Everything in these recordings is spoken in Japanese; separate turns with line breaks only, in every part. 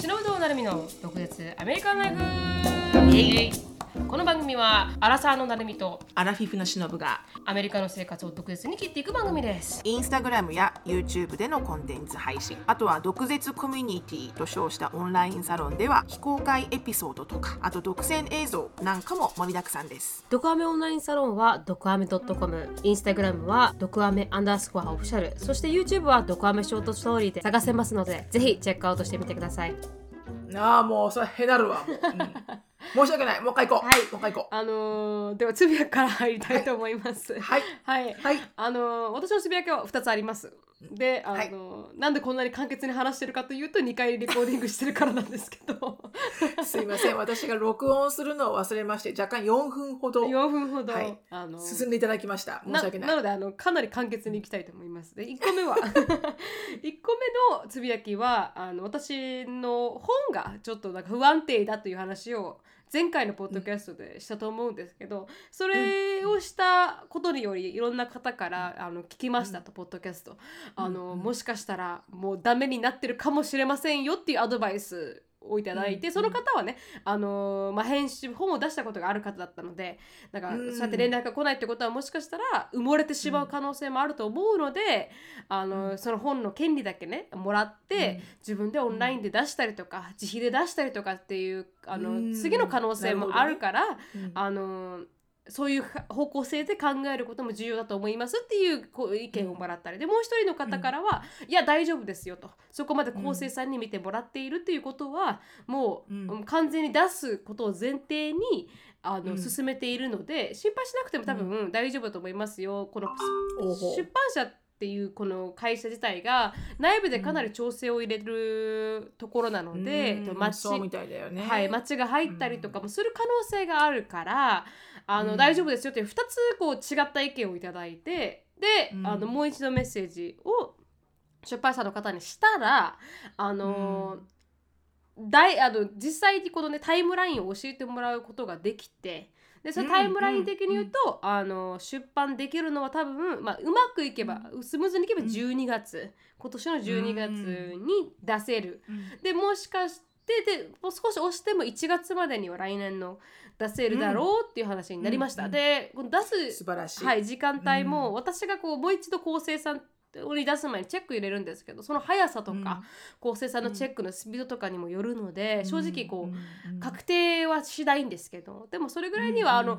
忍ぶとなるみの独舌アメリカンライフこの番組はアラサーのなるみと
アラフィフのしのぶが
アメリカの生活を独舌に切っていく番組です
インスタグラムや YouTube でのコンテンツ配信あとは毒舌コミュニティと称したオンラインサロンでは非公開エピソードとかあと独占映像なんかも盛りだくさんです
ドクアメオンラインサロンはドクアメ .com インスタグラムはドクアメアンダースコアオフィシャルそして YouTube はドクアメショートストーリーで探せますのでぜひチェックアウトしてみてください
ああもうそれへなるわもう、申し訳ないもう一回行こう
はい
もう一回行こ
あのー、ではつぶやきから入りたいと思います
う はい
はい、
はい
あのー私のつぶやきは2つありますであの
は
ー
い
なんでこんなに簡潔に話してるかというと2回レコーディングしてるからなんですけ ど
すいません私が録音するのを忘れまして若干4分ほど
4分ほど、
はい
あのー
進んでいただきました申し訳ない
なのであのかなり簡潔にいきたいと思い ますで1個目は1個目のつぶやきはあの私の本がちょっとなんか不安定だという話を前回のポッドキャストでしたと思うんですけど、それをしたことによりいろんな方からあの聞きましたと、ポッドキャストあの、
うん
もしかしたらもうダメになってるかもしれませんよっていうアドバイスをいただいて、
うん
その方はねあのーまあ、編集本を出したことがある方だったのでなんか
うん
そうやって連絡が来ないってことはもしかしたら埋もれてしまう可能性もあると思うので、あのー
うん
その本の権利だけねもらって、自分でオンラインで出したりとか、自費で出したりとかっていうあの、
うん
次の可能性もあるから
うんうん
あのーそういう方向性で考えることも重要だと思いますっていうこう意見をもらったりでもう一人の方からは、いや大丈夫ですよとそこまで構成さんに見てもらっているということは、もう、
うん
完全に出すことを前提にあの、
うん
進めているので心配しなくても多分、大丈夫だと思いますよこの
おうほう
出版社っていうこの会社自体が内部でかなり調整を入れるところなので、
うん
とマッチ
そうみたいだよね
はい、町が入ったりとかもする可能性があるから、あの
うん
大丈夫ですよという2つこう違った意見をいただいてで、
うん
あのもう一度メッセージを出版社の方にしたらあの、大あの実際にこの、ね、タイムラインを教えてもらうことができて。でそれ
うん
タイムライン的に言うと、あの出版できるのは多分、まあ、うまくいけば、スムーズにいけば
うん
12月、今年の12月に出せる
うん
でもしかしてでもう少し押しても1月までには来年の出せるだろうっていう話になりました、
うん
でこの出す
素、晴らしい、
はい、時間帯も
うん
私がこうもう一度構成さんに出す前にチェック入れるんですけどその速さとか、構成さんのチェックのスピードとかにもよるので、
うん
正直こう、
んん
確定はしないんですけどでもそれぐらいには、あの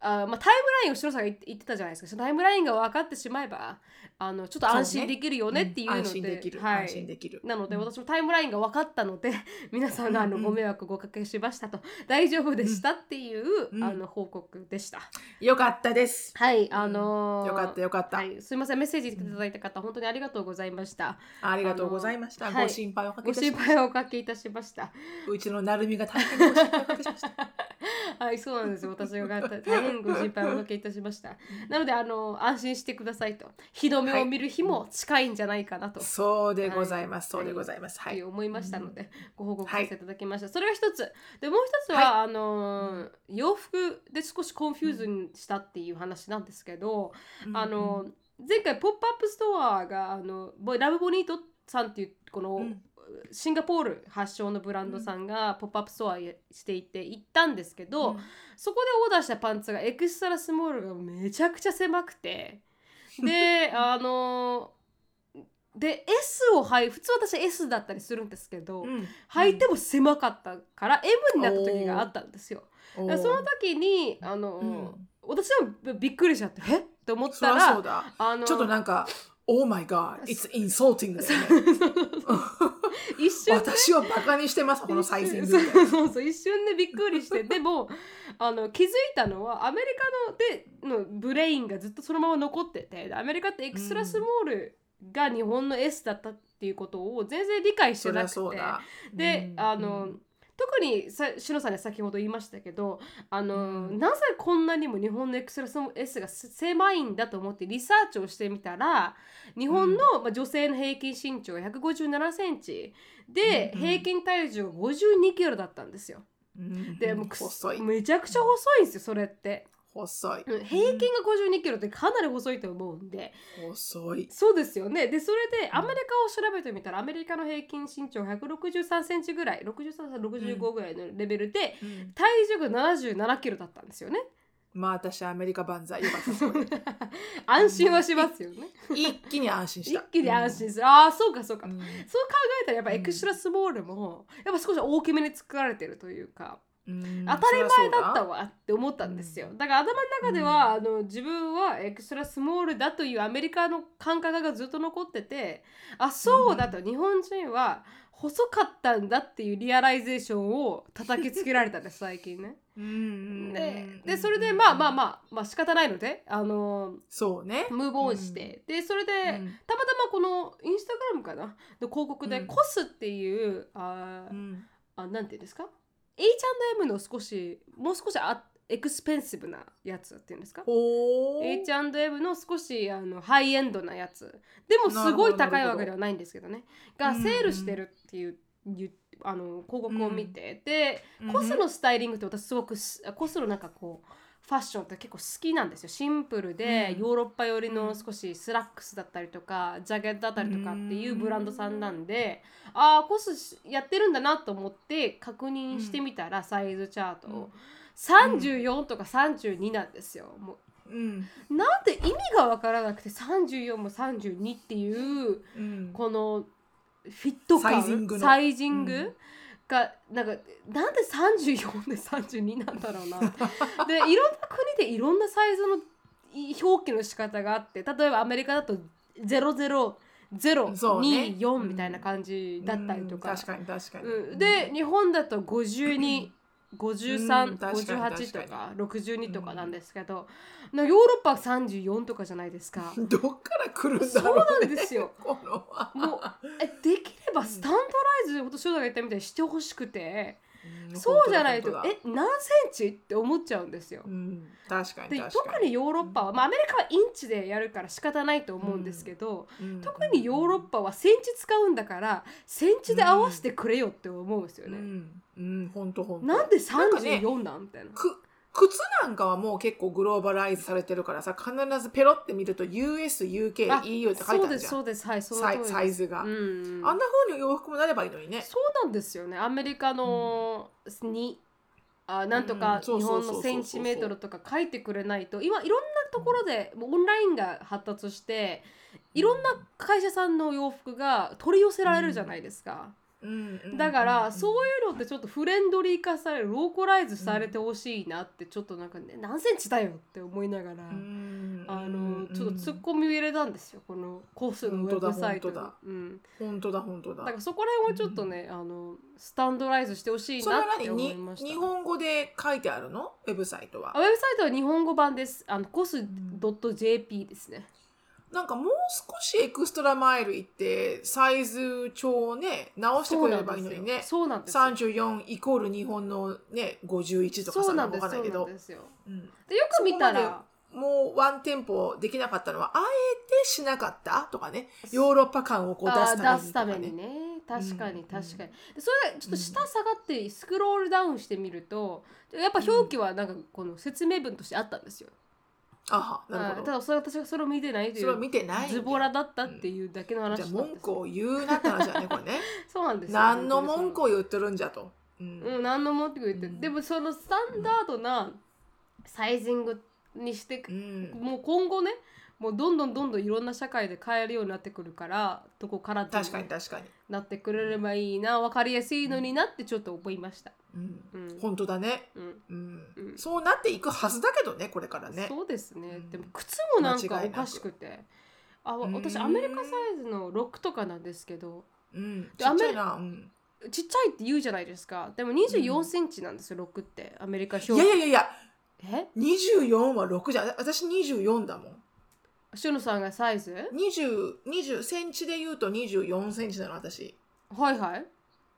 あーまあ、タイムラインを白さんが言って言ってたじゃないですかそのタイムラインが分かってしまえばあのちょっと安心できるよねっていうので
安心できる、
はい
安心できる
なので
うん
私もタイムラインが分かったので 皆さんがあの
うんう
ご
ん
迷惑ごかけしましたと大丈夫でしたっていう
うん
あの報告でした。
よかったです
はいあのー
よかったよかった、
はい、すみませんメッセージいただいた方本当にありがとうございました。
ありがとうございました、
あのはい
ご心配をおかけ
ご
いたし
心
まし
配をおかけいたしました。
たうちのなるみが大変ご心配をおかけしました
はいそうなんですよ私が 大変ご心配をおかけいたしました。なのであの安心してくださいと日の目を見る日も近いんじゃないかなと。
そうでございます、
はい
そうでございます
っ
は
て
い、
いう思いましたので、ご報告さ
はい
せていただきました、それが一つでもう一つは、あのー洋服で少しコンフューズンしたっていう話なんですけど、あのー前回「ポップアップストアがあのボラブボニートさんっていうこの、
うんうん
シンガポール発祥のブランドさんが「ポップアップストアしていて行ったんですけど、そこでオーダーしたパンツがエクストラスモールがめちゃくちゃ狭くて であので S をはい普通私 S だったりするんですけど、
うん
履いても狭かったから M になった時があったんですよ。
お
だから
ー
その時にあの、
うん
私はびっくりしちゃってえっと思っ
そ
た
りゃそ
ら
うだ
あの
ちょっとなんか Oh my god it's insulting だよね
一瞬
私をバカにしてますこのサイズング
一瞬そうそうそう一瞬でびっくりしてでも あの気づいたのはアメリカのでのブレインがずっとそのまま残っててアメリカってエクストラスモールが日本の S だったっていうことを全然理解して
そり
な
ゃ
くて
そうだ
で、
うん
あの特にさしのさんに先ほど言いましたけどあの、
うん
なぜこんなにも日本のエクストラスモ S がせ狭いんだと思ってリサーチをしてみたら日本の、まあ、女性の平均身長が1 5 7センチで、
うん
平均体重が5 2キロだったんですよ。
うん
でもうく
細い
めちゃくちゃ細いんですよそれって。
細い。
うん平均が5 2キロってかなり細いと思うんで
細い。
そうですよねでそれでアメリカを調べてみたらアメリカの平均身長1 6 3センチぐらい6365ぐらいのレベルで、
うん
体重が7 7キロだったんです よね
まあ私アメリカ万歳よかったそこで
安心はしますよね
一気に安心
一
した。
気に安心する、ああそうかそうか、
うん。
そう考えたらやっぱエクストラスモールもやっぱ少し大きめに作られてるというか、
うん
当たり前だった
わ。
わって思ったんですよ、
う
だから頭の中では、あの自分はエクストラスモールだというアメリカの感覚がずっと残っててあそうだと、日本人は細かったんだっていうリアライゼーションを叩きつけられたんです最近ね。
うんうん
ででそれでまあまあ
あ。
まあまあ仕方ないのであの
そうね。
ムーブオンして、でそれで、
うん
たまたまこのインスタグラムかなの広告で
うん
コスっていう、あー
うん
あなんていうんですか H&M の少しもう少しあエクスペンシブなやつっていうんですか
ほー
H&M の少しあのハイエンドなやつでもすごい高いわけではないんですけどね
な
が
るほ
セ
ど
ールしてるっていう、いうあの広告を見て、でコス
うん
のスタイリングって私すごくすコスのなんかこうファッションって結構好きなんですよシンプルで、
うん
ヨーロッパ寄り
う
の
ん
少しスラックスだったりとかジャケットだったりとかっていう
うん
ブランドさんなんで、ああコスしやってるんだなと思って確認してみたら、サイズチャートを、34とか32なんですよ。も
うん
うなんて意味がわからなくて34も32っていう
うん
このフィット感
サイジングの
サイジング
うん
がなんかなんで34で32なんだろ うなでいろんな国でいろんなサイズのい表記の仕方があって例えばアメリカだと
そうね
00024みたいな感じだったりと
う
か
ん確かに確かに。
うん、で日本だと52。
うん
53、
確かに。
58とか62とかなんですけど、なヨーロッパは34とかじゃないですか
どっから来るん
そ
だ
う
ろう
なんですよ。
このは
もうえできればスタンドライズほんと翔太が言ったみたいにしてほしくて、そうじゃないと
本当だ
え何センチって思っちゃうんですよ。
うん確かに
で
確か
特にヨーロッパは、まあ、アメリカはインチでやるから仕方ないと思うんですけど、
うん
特にヨーロッパはセンチ使うんだからセンチで合わせてくれよって思うんですよ
う
ね。
んうん本当本当
なんで
なんかね
34なんみたいな。
く靴なんかはもう結構グローバライズされてるからさ必ずペロって見ると USUKEU
あ
って書いてあ
そう
る
です
じゃん
そうですはいその
サ
通り
イ
です
サイズが、
うん、
あんな風に洋服もなればいいのにね
そうなんですよねアメリカのに、あなんと
う
か
ん
日
そうそう
本
そうそう
のセンチメートルとか書いてくれないと今いろんなところでもうオンラインが発達していろんな会社さんの洋服が取り寄せられるじゃないですか、
うんうん
だからそう
い
いうのってちょっとフレンドリー化されるローコライズされてほしいなってちょっとなんかね何センチだよって思いながら、
うん
あのちょっとツッ
こ
コミを入れたんですよこのコースのウェブサイトに
本当だ本
うん
本当だ本当だ
だからそこら辺をちょっとね、あのスタンドライズしてほしい
それは
なって
何
思
に
いました。
日本語で書いてあるのウェブサイトは
あウェブサイトは日本語版です。あのコス .jp ですね。
なんかもう少しエクストラマイル行ってサイズ帳をね直して
そ
く
うな
れれ
ん
ばいいのに
ですよ。
ね
そうなんですよ。
34イコール日本のね51とか
そ
さ
うな
わ
んです。
かんないけ
そう
ど
なんですよ。
うん
でよく見た
そこま
ら、
もうワンテンポできなかったのはあえてしなかったとかねヨーロッパ感をこう
あー
出
出
す
す
た
た
め
め
に
に
とかね
ね。確か
う
に
ん
確かに。でそれでちょっと下下がってスクロールダウンしてみると、やっぱ表記はなんかこの説明文としてあったんですよ。
あはな
は
る
い
ほ
た
ど
だそれ私がそれを見てないとい
それを
う。
見てないんだ
ズボラだったっていうだけの話
じ
なんで
ゃあ
すよ
文句を言うなって話だねこれね
そうなんですよ
何の文句を言ってるんじゃと、うん
うん、何のもってくれて、
うん
でもそのスタンダードなサイジングにしてく、
うん
もう今後ねもうどんどんどんどんいろんな社会で変えるようになってくるからどこからでも
確かに確かに、
なってくれればいいな分かりやすいのになってちょっと思いました、
うん
うん
本当だね
うん
うん
うん
そうなっていくはずだけどねこれからね。
そうですね、
うん
でも靴もなん
間
か
違い
お
なく
かしくてあわ
うん
私アメリカサイズの6とかなんですけど
うん、
で
ちっちゃいな、うん
ちっちゃいって言うじゃないですかでも2 4センチなんですよ6ってアメリカ表
いやいやいやいや
え
24は6じゃん私24だもん
しゅのさんがサイズ
20 20センチで言うと24センチなの私、
はいはい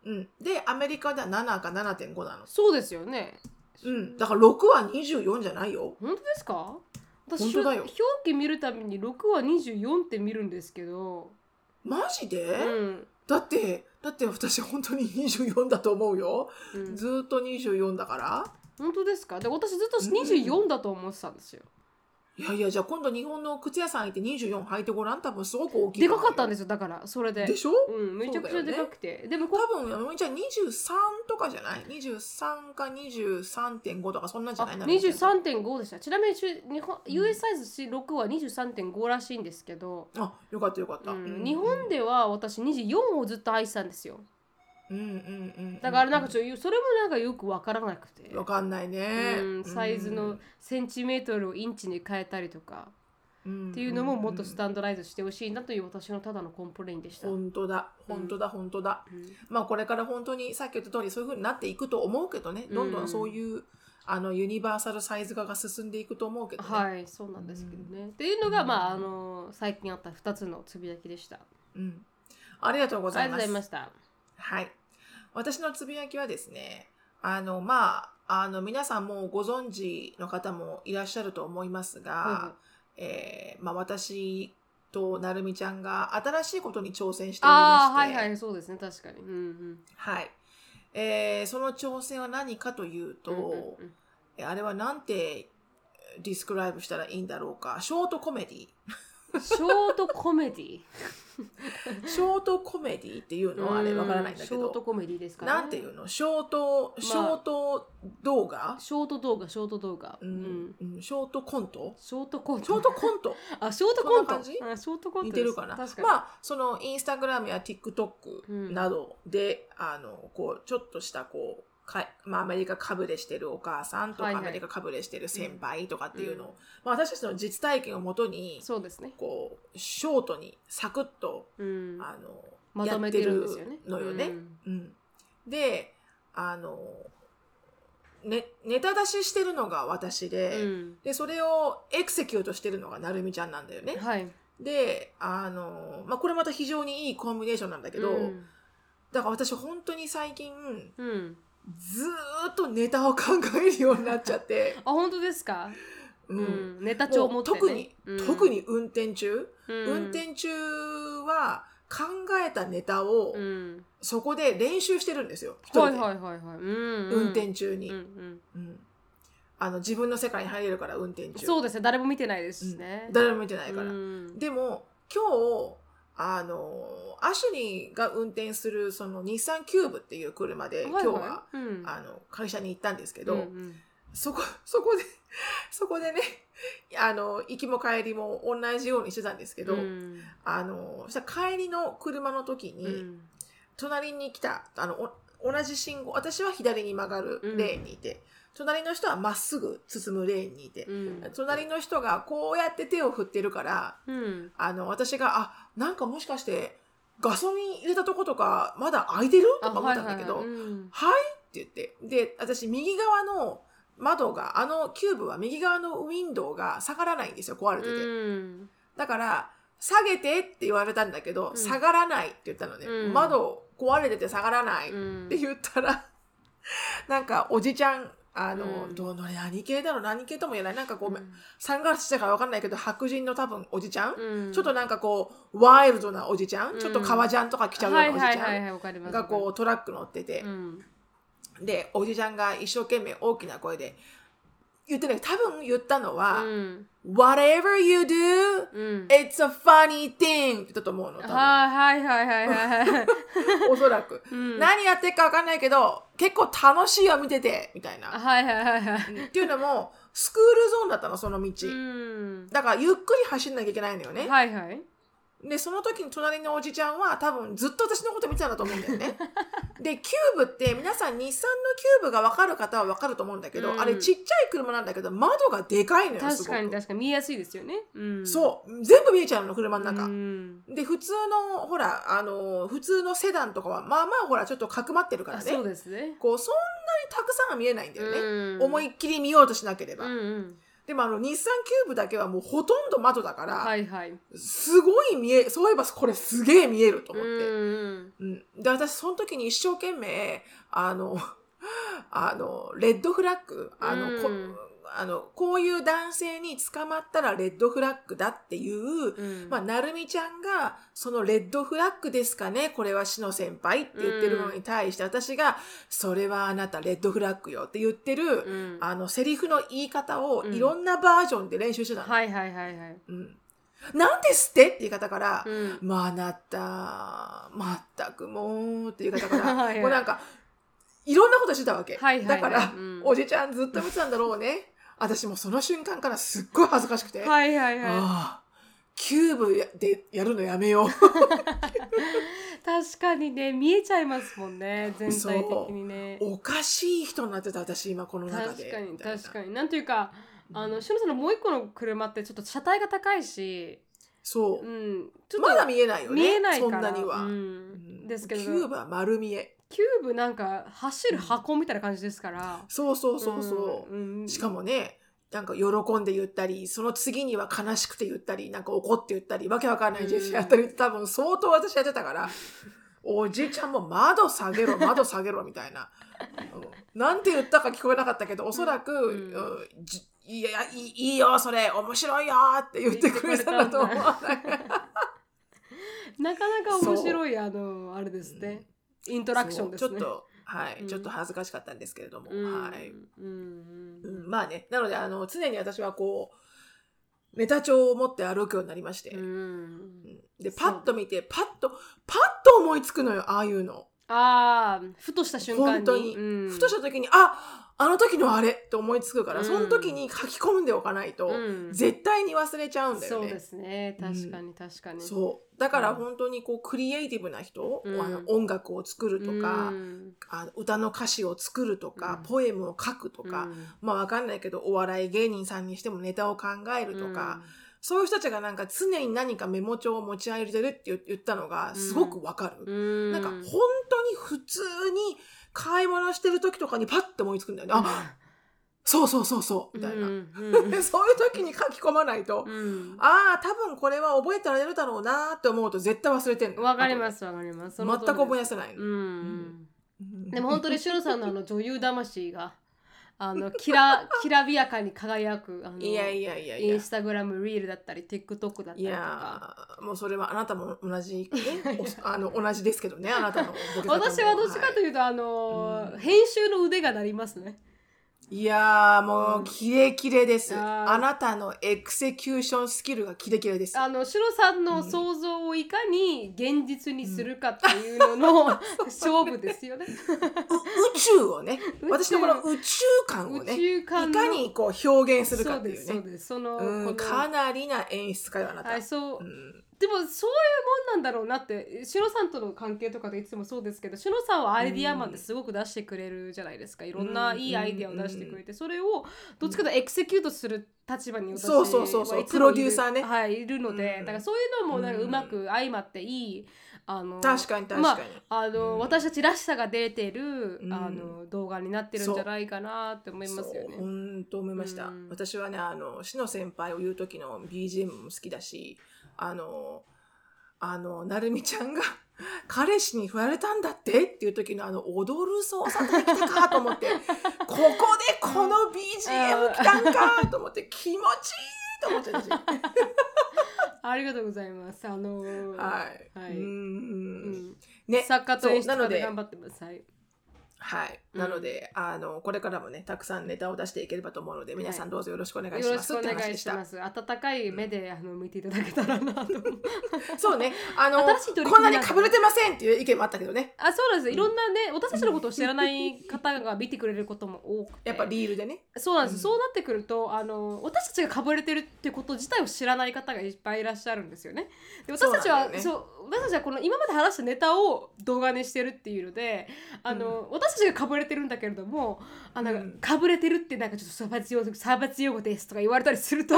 うん、でアメリカでは7か7.5なの、
そうですよね。
うん、だから6は24じゃないよ
本当ですか？私
本当だよ
表記見るために六は二十四って見るんですけど、
マジで、
うん、
だってだって私本当に24だと思うよ、
うん
ずーっと24だから
本当ですかで私ずっと24だと思ってたんですよ、
いやいや、じゃあ今度日本の靴屋さん行って24履いてごらん。多分すごく大きい
でかかったん
で
ですよだからそれで
でしょ
うんめちゃくちゃでかくて、でもこ
多分、あのじゃあ23とかじゃない ?23 か23.5とかそんなんじゃ
あ
ない
23.5でしたちなみにしゅ日本 US サイズ6は23.5らしいんですけど、
あ、よかったよかった。
うん、日本では私24をずっと愛してたんですよ
うんうんうんうん。
だからなんかちょっとそれもなんかよくわからなくて、
わかんないね。
うん、サイズのセンチメートルをインチに変えたりとか
っ
っていうのももっとス
ン
タンダーライズしてほしいなという私のただのコンプレインでした。
本当だ本当だ本当だ、
うん
まあこれから本当にさっき言った通りそういう風になっていくと思うけどねどんどんそういう、あのユニバーサルサイズ化が進んでいくと思うけどね、
はい、そうなんですけどね。っていうのが、まあ、あの最近あった2つのつぶやきでした。あ
うん、ありがとうご
りが
ざ
と
いう
ご
ます
ざいました。
はい私のつぶやきはですねあのまああの皆さんもうご存知の方もいらっしゃると思いますが、
あ
えーまあ、私となるみちゃんが新しいことに挑戦しておりま
あー、
して
はいはい、そうですね、確かに。うんうん。
はい。えーその挑戦は何かというと、
うんうんうん
えあれはなんてディスクライブしたらいいんだろうか。ショートコメディ。
ショートコメディ。
ショートコメディって いうのはあれわからないんだけ
ショート
ど。
コメディですか、ね、
なんていうのショート、ショート動画、
ショート動画、ショート動画。
う
うん
ん、うんショートコント
ショー トコント。
ショートコント
あ、ショートコン
そんな
ト。
感じ
うんショートコント
似
です
てるかな
確かに。
まあ、そのインスタグラムや TikTok などで、あの、こう、ちょっとしたこう、かまあ、アメリカかぶれしてるお母さんとか、
はいはい
アメリカかぶれしてる先輩とかっていうのを、まあ、私たちの実体験をもとに、
そうですね。
こう、ショートにサクッと、
うん。
あの、
まとめてるんですよね。
やってるのよね
うん
うん。で、あの、ね、ネタ出ししてるのが私で、
うん
で、それをエクセキュートしてるのがなるみちゃんなんだよね。
はい。
で、あの、まあ、これまた非常にいいコンビネーションなんだけど、
うん
だから私本当に最近、
うん。
ずーっとネタを考えるようになっちゃって、
あ、本当ですか。
う。
うんん。ネタ帳
も
持っ
う
て、ね。
特に、
うん
特、に運転中、
うん
運転中は考えたネタを、
うん。
そこで練習してるんですよ。一人
はい
で
はいはいはい。うん、うん。
運転中に、
う
うんん
うん。
あの。自分の世界に入れるから運転中。
そうですね。誰も見てないですしね。
うん誰も見てないから。
うん
でも今日あのアシュリーが運転するその日産キューブっていう車で今日は、
いいうん、
あの会社に行ったんですけど、
うんうん
そこ そこでそこでねあの行きも帰りも同じようにしてたんですけど、
うん
あのそしたら帰りの車の時に、
うん
隣に来たあのお同じ信号私は左に曲がるレーンにいて、隣の人はまっすぐ進むレーンにいて
う、ん
隣の人がこうやって手を振ってるから
うん
あの、私が、あ、なんかもしかして、ガソリン入れたとことか、まだ空いてるとか思ったんだけど、
あ
は
はい
い
はいはいうん
って言って。で、私、右側の窓が、あのキューブは右側のウィンドウが下がらないんですよ、壊れてて。
うん
だから、下げてって言われたんだけど、
うん
下がらないって言ったのね。
うん
窓壊れてて下がらないっ
うん
て言ったら、 なんか、おじちゃん、あの、
うん
どの何系だろう何系とも言えない。なんかこう、
うん
サングラスしたからわかんないけど、白人の多分おじちゃん
うん
ちょっとなんかこう、ワイルドなおじちゃん、
うん
ちょっと革ジャンとか着ちゃうようなおじ
は
ち
いはいはい
ゃ
はいわかりま
ん
す
がこうトラック乗ってて
う、ん
で、おじちゃんが一生懸命大きな声で言ってない。多分言ったのは、
うん
whatever you do,
うん
it's a funny thing! って言ったと思うの、多分。
はいはいはいはいはいはい
おそらく。
うん
何やってっかわかんないけど、結構楽しいよ、見ててみたいな。
はいはいはいはい
っていうのも、スクールゾーンだったの、その道。
うん
だから、ゆっくり走んなきゃいけないのよね。
はいはい
で、その時に隣のおじちゃんは多分ずっと私のこと見てたんだと思うんだよ ね。で、キューブって皆さん日産のキューブが分かる方は分かると思うんだけど、
うん
あれちっちゃい車なんだけど窓がでかいのよ、す
確
ごく。
かに確かに見えやすいですよねうん
そう。全部見えちゃうの、車の中。
うん
で、普通の、ほら、あの、普通のセダンとかは、まあまあ、ほら、ちょっとかくまってるから
あ
ね
そう。ですね
こう、そんなにたくさんは見えないんだよね。
うん
思いっきり見ようとしなければ。
うんうん
でも、あの、日産キューブだけはもうほとんど窓だから、
はいはい
すごい見え、そういえばこれすげえ見えると思
う
って。
ん
うん、で私その時に一生 懸命あのあのレッドフラッグあの、こ
うん
あの、こういう男性に捕まったらレッドフラッグだっていう、まあ、なるみちゃんが、そのレッドフラッグですかね、これは志乃先輩って言ってるのに対して、私が、それはあなたレッドフラッグよって言ってる、
うん
あの、セリフの言い方を
うん
いろんなバージョンで練習してたの。
はいはいはいはい。
うん。なんですってって言い方から、
うん
まああなた、まったくもうっていう方か ら、
はいはい
もうなんか、いろんなことしてたわけ。
はいはいは
だ
い
から、
うん
おじちゃんずっと見てたんだろうね。私もその瞬間からすっごい恥ずかしくて。
はいはいは
ああ、キューブやでやるのやめよう。
い。確かにね、見えちゃいますもんね、全体的にね。
おかしい人になってた私今この中
確
で。
かに確
に。
かに。なんというか、あの、しのさんのもう一個の車ってちょっと車体が高いし、
そうう。
ん、ちょっと
まだ見えないよね。
見えないから
そんなには。
う
うん
ん、ですけど
キューブは丸見え。
キューブなんか走る箱みたいな感じですから、
そうそうそうそう。
んん
しかもね、なんか喜んで言ったり、その次には悲しくて言ったり、なんか怒って言ったり、わけわかんないジェスチャーやったりって多分相当私やって たから、おじいちゃんも窓下げろ、窓下げろみたいな。うんなんて言ったか聞こえなかったけど、おそらく、
うん
うんじいや、いいいいよ、それ、面白いよって言ってくれたんだと思わない。
なかなか面白いあのあれです ね、イントラクションですね
そうちょっと、はい、
うん
ちょっと恥ずかしかったんですけれども、
うん
はい。
うん
うんまあね、なので、あの、常に私はこう、ネタ帳を持って歩くようになりまして、
うん
で、
そう
パッと見て、パッと、パッと思いつくのよ、ああいうの。
ああふとした瞬間に
本当に
うん
ふとした時に、ああの時のあれって思いつくから、
うん
その時に書き込んでおかないと、
うん
絶対に忘れちゃうんだよ
そう
ね。
ですね確かに確かに、う
そうだから
うん
本当にこうクリエイティブな人、
うん
あの音楽を作るとか、
ん
あの歌の歌詞を作るとか、
うん
ポエムを書くとか、
うん
まあわかんないけどお笑い芸人さんにしてもネタを考えるとか、そういう人たちがなんか常に何かメモ帳を持ち歩いてるって言言ったのがすごくわか
う
る、
ん
なんか本当に普通に買い物してる時とかにパッて思いつくんだよね、あそうそうそうそうみたいな、
うんうん
で そういう時に書き込まないと、
うん
ああ多分これは覚えてられるだろうなーって思うと絶対忘れてんの
わかりますすわかります
全
その
く
通りです
覚えやせないの、
うん
うん
でも本当にシュロさんのあの女優魂 があのきらきらびやかに輝くあの
いやいやいやい
イ
や
ンスタグラムリールだったり TikTok だったり
い
とか
やーもうそれはあなたも同じ、ね、お あの同じですけどねあなたのボケ方も
私はどっちかというと、あのー
うん
編集の腕がなりますね
いやーも
う
うんキレキレです、
あー
あなたのエクセキューションスキルがキレキレです
あのシュロさんの想像をいかに現実にするかっていうのの、 勝負ですよね
宇宙をね
宇宙
私のこの宇宙観を
宇
ね
宙観
い
の
かにこう表現するかってい
そううです
ね
そうですその,、
うん
こ
か
の
なりな演出家よあなた、
はいそう、
うん
でもそういうもんなんだろうなってシュノさんとの関係とかでいつもそうですけどシュノさんはアイディアマンですごく出してくれるじゃないですかいろんないいアイディアを出してくれてそれをどっちかというとエクセキュートする立場に私
そうそうそうそう
はいつもいる
プロデューサーね
はいいるので
うん
だからそういうのもなんかうまく相まっていいあの
確かに確
ま
か
あ
に、
あの、
うん
私たちらしさが出てる、
うん
あの動画になってるんじゃないかなって思いますよ
そう
ね。
本当思いました、
うん
私はねあの志乃先輩を言う時の BGM も好きだしあのあのなるみちゃんが 彼氏に振られたんだってっていう時のあの踊る操作隊来たか と思ってここでこの BGM 来たんかと思って気持ちいいと思っちゃったしは
ありがとうございます。あの
い、
はい
うん
ん
ね
作家と演出
そう
家
なの
で
で
頑張ってます。はい。
はい、
うん
なのであのこれからもねたくさんネタを出していければと思うので皆さんどうぞよろしくお願いし
よろ
ま
し
す
く
っ
お
て
願
話
い
で
し
した
ま。す。温かい目で、あの向いていただけたらなと思う。
そうね。あの、
新しい取り組み
こんなに被れてませんっていう意見もあったけどね。
あ、そうなんです。いろんなね、私たちのことを知らない方が見てくれることも多くて。
やっぱリールでね。
そうなんです、
うん
そうなってくるとあの私たちがかぶれてるってこと自体を知らない方がいっぱいいらっしゃるんですよね。で私たちは
そうなんだよね
そう、私たちはこの今まで話したネタを動画にしてるっていうのであの、私たちがかぶれてるんだけれどもあなんか,、
うん
ぶれてるってなんかちょっと差別用語差別用語ですとか言われたりする とい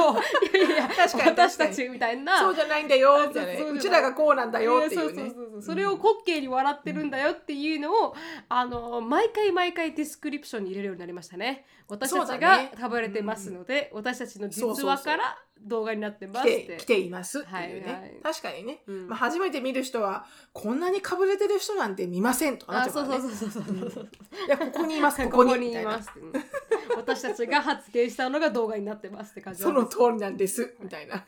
やいやいや
確かに
私たちみたいな。
そうじゃないんだよみたい
そう
な。
そう
うちらがこうなんだよってい
そううそう
ね
そ。うそうそれを滑稽に笑ってるんだよっていうのを、あの毎回毎回ディスクリプションに入れるようになりましたね私た
そう
ち
だ
が
ね
食べれてますので、私たちの実話から動画になってま
来
すって
て来ていますっていう
はいは
ね
い。
確かにね
う。ん
まあ初めて見る人はこんなに被れてる人なんて見ませんとかなっ
あ
ちゃう
そ
か
う
ら
そう
ね。
そうそうそうそうそう
いやここにいますこ
こ
こ
こに
にみ
い
たい
ま
な。
す私たちが発言したのが動画になってますって感じな
そ
んで
の
す
通りなんですみたいな、
っ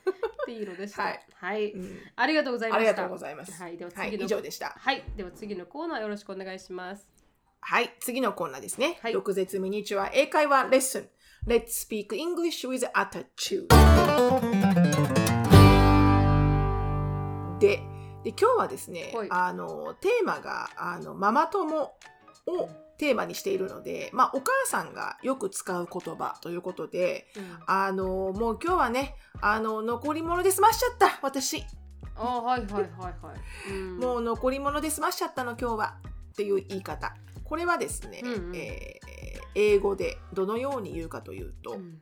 ていうのでした。は
はいい、うん
ありがとうございま
あ
した。
りがとうございます
はい、では
はい
次の、
以上でした
はい、では次のコーナーよろしくお願いします。
はい次のコーナーですね、
はい
毒舌ミニチュア英会話レッスン Let's speak English with attitude でで今日はですね
はい
あのテーマがあのママ友をテーマにしているので、まあ、お母さんがよく使う言葉ということで
うん、
あのもう今日はねあの残り物で済ましちゃった私
あ、はいはいはいはい。うん、
もう残り物で済ましちゃったの今日はっていう言い方これはですね、
うんうん
えー英語でどのように言うかというと、
うん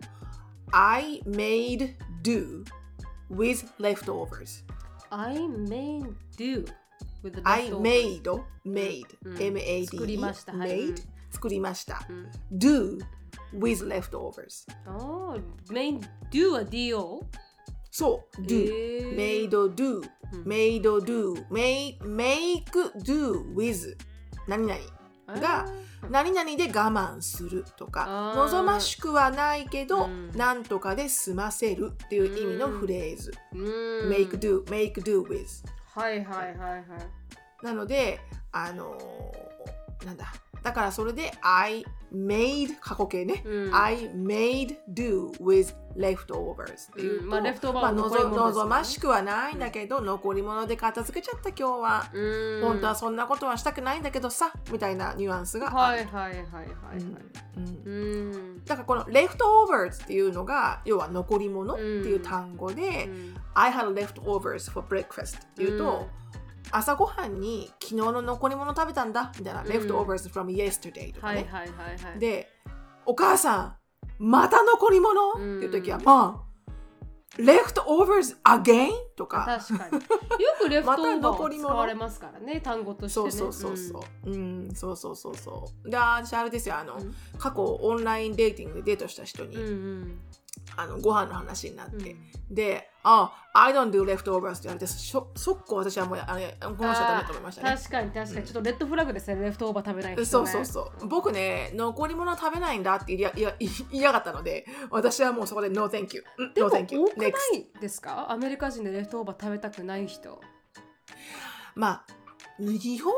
I made do with leftovers
I may do with the
I
leftovers
made made、
うん
M-A-D-E
作りましたはい
made、
うん
作りました
うん、
do with leftovers
あー、may do は do。
そう、do
えー
made do
うん
made do make make do with 何々が何々で我慢するとか
あー
望ましくはないけど、
うん
なんとかで済ませるっていう意味のフレーズ、
うん、
make do make do with
はいはいはいはい。
なのであのーなんだだからそれで I made 過去形ね、
うん
I made do with leftovers っていうと、
うんまあ leftover は
まあのぞ
残り物ですからね
望ましくはないんだけど、残り物で片付けちゃった今日は、
うん、
本当はそんなことはしたくないんだけどさみたいなニュアンスがあ
は
る、
いはいはいはいはい。
うん
うん。
だからこの leftovers っていうのが要は残り物っていう単語で、
うん、
I had leftovers for breakfast っていうと、
うん
朝ごはんに昨日の残り物食べたんだみたいな、
うん
leftovers from yesterday とか
はい
ね、
はいはいはい。
でお母さんまた残り物、
うん
っていう時はまあ leftovers again とか
確かに。よくレフトオー
また
バー
残
を
り
使
物
われますからね、単語として
そ
ね。
うそうそうそううん、そうそうそうそうで私あれですよあの、
うん
過去オンラインデーティングでデートした人に、
うんうん
あのご飯の話になっ
うん。
て、で、あ、I don't do leftovers って言われて、しょ速攻私はもうあれ、この人はダメと思いましたね。
確かに確かに、ちょっとレッドフラグですね、レフトオーバー食べない人、ね。
そうそうそう。僕ね、残り物は食べないんだって言いやいやい言いやがったので、私はもうそこで No thank you。うん
でも
no
多
thank
く
you。
な
Next。
いですかアメリカ人でレフトオーバー食べたくない人。
まあ、日本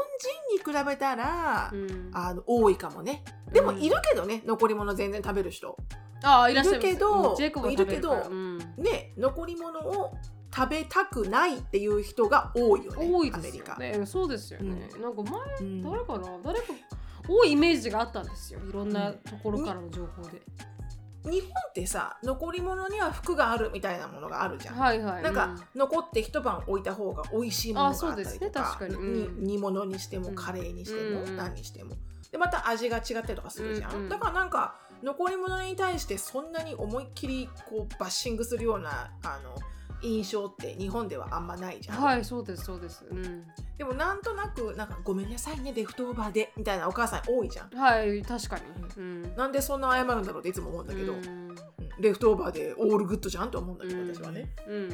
人に比べたら、
うん、
あの多いかもね。でも
うん
いるけどね、残り物全然食べる人。
ああいらっしゃいます
いるけど
うんジェイコブが食べるから
いるけ
う
ど
ん
ね、残り物を食べたくないっていう人が多いよね。
多いで
アメ
す
リ
よ
カ。
ね。うんそうですよね。なんか前、
うん
誰かな誰か多いイメージがあったんですよ。いろんな
うん
ところからの情報で。
日本ってさ残り物には服があるみたいなものがあるじゃん、
はいはい。
なん
う
か、残って一晩置いた方が美味しいものがあったり
あそうです
と
ね確
か
かに
に
うん
煮物にしても
うん
カレーにしても、
うん
何にしてもでまた味が違ったりとかするじゃん、
うんうん
だからなんか残り物に対してそんなに思いっきりこうバッシングするようなあの印象って日本ではあんまないじゃん、
はいそうですそうです。うん。
でもなんとなくなんかごめんなさいねレフトオーバーでみたいなお母さん多いじゃん
はい確かに。うん。
なんでそんな謝るんだろうっていつも思うんだけど、
う
うん
ん
レフトオーバーでオールグッドじゃんと思うんだけど、
うん
私はね、
うん。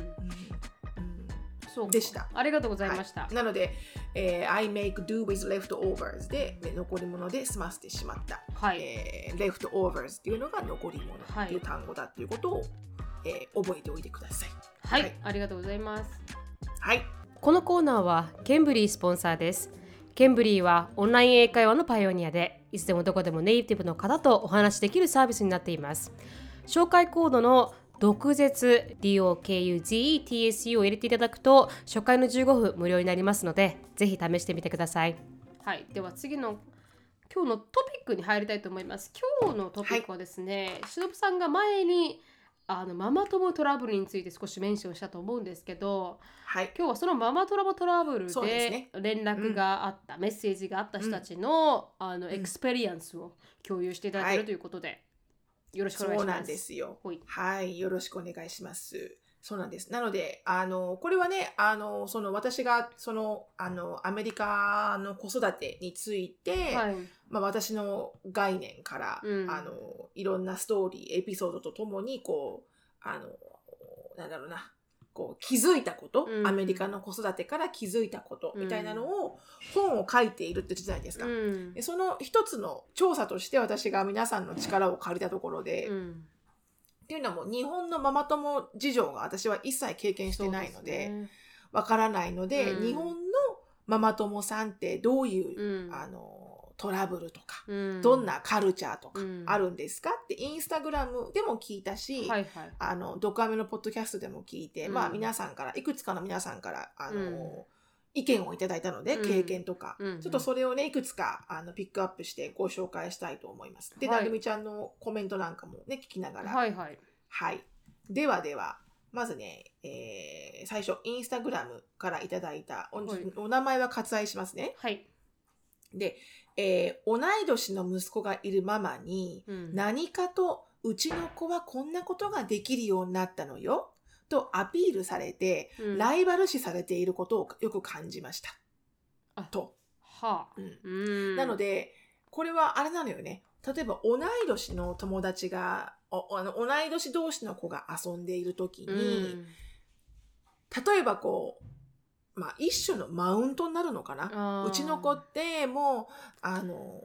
そうか
でした
ありがとうございました。
なので、えー I make do with leftovers でえー残り物で済ませてしまった、
はい。
えー、leftovers っていうのが残り物
はい
っていう単語だっていうことを、えー覚えておいてください。
はい、
はい
ありがとうございます。
はい、
このコーナーはケンブリースポンサーです。ケンブリーはオンライン英会話のパイオニアで、いつでもどこでもネイティブの方とお話しできるサービスになっています。紹介コードの独舌 DOKUZETSU を入れていただくと、初回の15分無料になりますので、ぜひ試してみてください。はい、では次の今日のトピックに入りたいと思います。今日のトピックはですね、しのぶさんが前にあのママ友トラブルについて少しメンションしたと思うんですけど、
はい、
今日はそのママトラボトラブル
そうですね
で連絡があった、メッセージがあった人たちの,、あのエクスペリエンスを共有していただけ
は
る
い
ということで、よろしくお願い
そ
し
う
ます。
なんですよ。
ほい
はい、よろしくお願いします。そうなんです。なので、あの、これはね、あの、その私が、その、あの、アメリカの子育てについて、
はい、
まあ、私の概念から、
うん
あのいろんなストーリーエピソードとともにこうあのなんだろうなこう気づいたこと、
うん
アメリカの子育てから気づいたことみたいなのを本を書いているって時代ですか、
うん
でその一つの調査として私が皆さんの力を借りたところで、
う
っ
ん
ていうのも日本のママ友事情が私は一切経験してないのでわ、からないので、
うん
日本のママ友さんってどういう、あ
ど
のトラブルとか、どんなカルチャーとか
うん
あるんですかってインスタグラムでも聞いたし、
はいはい
あの、ドクアメのポッドキャストでも聞いて、まあ
うん
皆さんから、いくつかの皆さんから、あの、
うん
意見をいただいたので、
うん
経験とか、
うん
ちょっとそれをね、いくつか、あの、ピックアップしてご紹介したいと思います。で、
はい
なるみちゃんのコメントなんかもね、聞きながら。は。
はいいはい
ではでは、まずね、えー最初、インスタグラムからいただいた、お,、
はい
お名前は割愛しますね。
はい
で、えー同い年の息子がいるママに、
うん
何かとうちの子はこんなことができるようになったのよとアピールされて、
うん
ライバル視されていることをよく感じました
あ。
と、
はあ
うん
うん
なので、これはあれなのよね。例えば同い年の友達が、おあの同い年同士の子が遊んでいるときに、
うん
例えばこう、まあ一種のマウントになるのかな。
あー
うちの子ってもう、あの、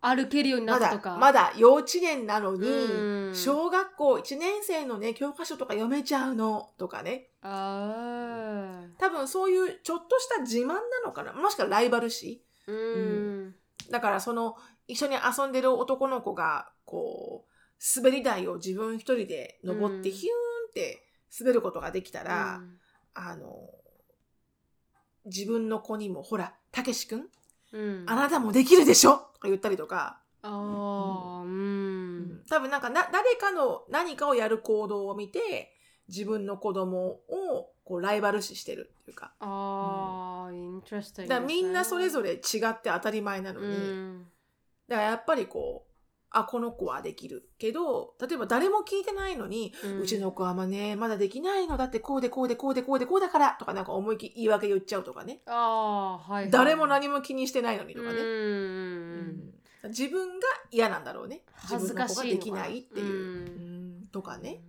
歩けるようにな
ま
ったと
だ
か、
まだ幼稚園なのに、
うん
小学校1年生のね、教科書とか読めちゃうのとかね。
あ
多分そういうちょっとした自慢なのかな。もしくはライバル視。
ーうん
だからその、一緒に遊んでる男の子が、こう、滑り台を自分一人で登って
うん
ヒューンって滑ることができたら、
うん
あの、自分の子にも、ほら、たけしくん、
うん
あなたもできるでしょとか言ったりとか、
あーうん
多分なんかな誰かの何かをやる行動を見て自分の子供をこうライバル視してるっていうか
ああ、インテレスティ
だ
ン
か
グ。
らみんなそれぞれ違って当たり前なの
う
に、
ん。
だからやっぱりこうあこの子はできるけど例えば誰も聞いてないのに、
う
うんちの子はまあねまだできないのだってこうでこうでこうでこうでこうだからとかなんか思いっきり言い訳言っちゃうとかね、
ああ、はいはい。
誰も何も気にしてないのにと
うん
か
う
ね、
ん
うん自分が嫌なんだろうね
恥ずかしいの
自分
かな
の子ができないっていう、うんとか
うん。
ね、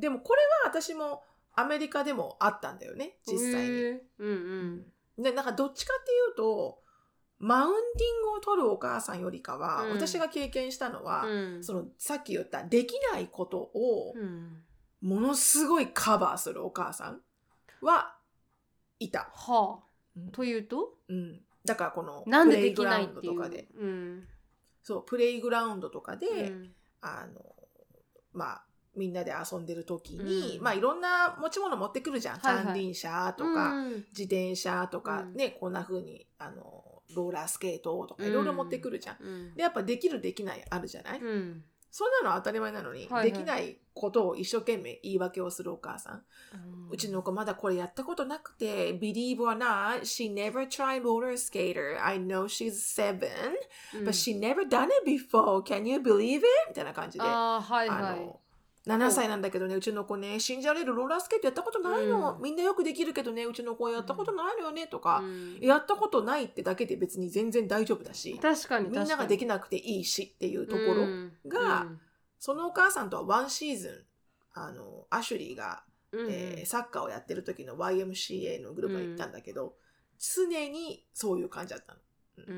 でもこれは私もアメリカでもあったんだよね、実際に。
へー。うんうん。
で、なんかどっちかっていうと、マウンティングを取るお母さんよりかは、
うん
私が経験したのは、
うん
そのさっき言ったできないことを
うん
ものすごいカバーするお母さんはいた。
は
うん
あ。というと、
うんだからこの
なんで
プレ
で
イグ
き
ラ
ない
ウ
っ
ンド
てい
と
う。
かで、
うん。
そう、プレイグラウンドとかで、
うん
あの、まあ、みんなで遊んでる時に、
うん
まあいろんな持ち物持ってくるじゃん。
はいはい
三輪車とか、
うん
自転車とか
うん
ね、こんな風にあのローラースケートとか
うん
いろいろ持ってくるじゃん。
うん
でやっぱできるできないあるじゃない、
うん。
そんなのは当たり前なの
は
に、
いはい
できないことを一生懸命言い訳をするお母さん、うちの子まだこれやったことなくて Believe or not she never tried roller skater I know she's seven
うん、
but she never done it before can you believe it みたいな感じで
ああ、はい
あ
はい。
の7歳なんだけどね、うちの子ね、信じられるローラースケートやったことないの、
うん
みんなよくできるけどね、うちの子やったことないのよね、とか、
うん
やったことないってだけで別に全然大丈夫だし、
確かに確かに。
みんなができ
な
なくていいしっていうところ、がそのお母さんとはワンシーズン、あの、アシュリーが、えーサッカーをやってる時の YMCA のグループに行ったんだけど、常にそういう感じだったの。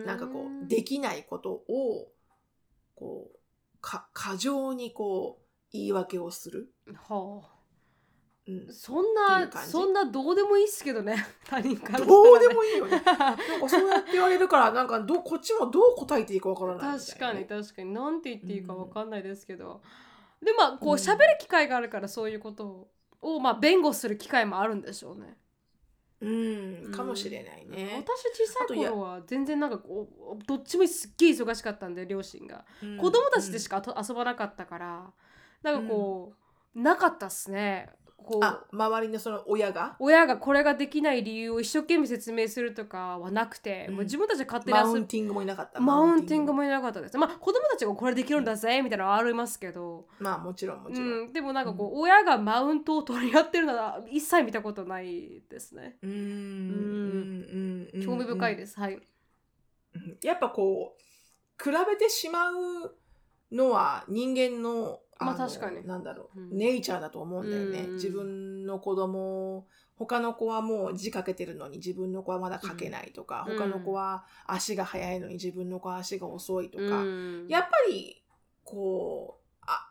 な
なん
かこう、できないことを、こう、か、過剰にこう、言い訳をする。
はあ
うん、
そん
っていう
な
感じ
そんなどうでもいいっすけどね 他人から
どうで
い
もい いよね。
い
なんかそうやって言われるから、なんかどう、こっちもどう答えていいかわからないみ
確
た
か
いな
に
ね。
確かに何て言っていいか
うん
わかんないですけど、でまあこう
うん
喋る機会があるからそういうことををまあ弁護する機会もあるんでしょうね。
うん、かもしれないね。
私小
あ
さ
と
い
いや
頃は全然なんかこうおどっちもすっげえ忙しかったんで両親が、
うん
子供たちでしかと遊ばなかったからなんかこう、なかったっすね。こ
うん
う
あ、周りのその親が
親がこれができない理由を一生懸命説明するとかはなくて、
うん
もう自分たちで勝手に
マウ
遊
ン
ぶ
ティングもいなかった。
マウンティング
も。
もいなかったですまあ子供たちがこれできるんだぜみたいなのはありますけど、
まあもちろんも
う
ちろん。
ん、でもなんかこう、親がマウントを取り合ってるのは一切見たことないですね
うん。うんうん。
興味深いですす、はい
やっぱこう、比べてしまうのは人間の
まあ
の
確かに
なんだろう、
うん
ネイチャーだと思うんだよね、
うん
自分の子供他の子はもう字かけてるのに自分の子はまだ書けないとか、
うん
他の子は足が速いのに自分の子は足が遅いとか、
うん
やっぱりこうあ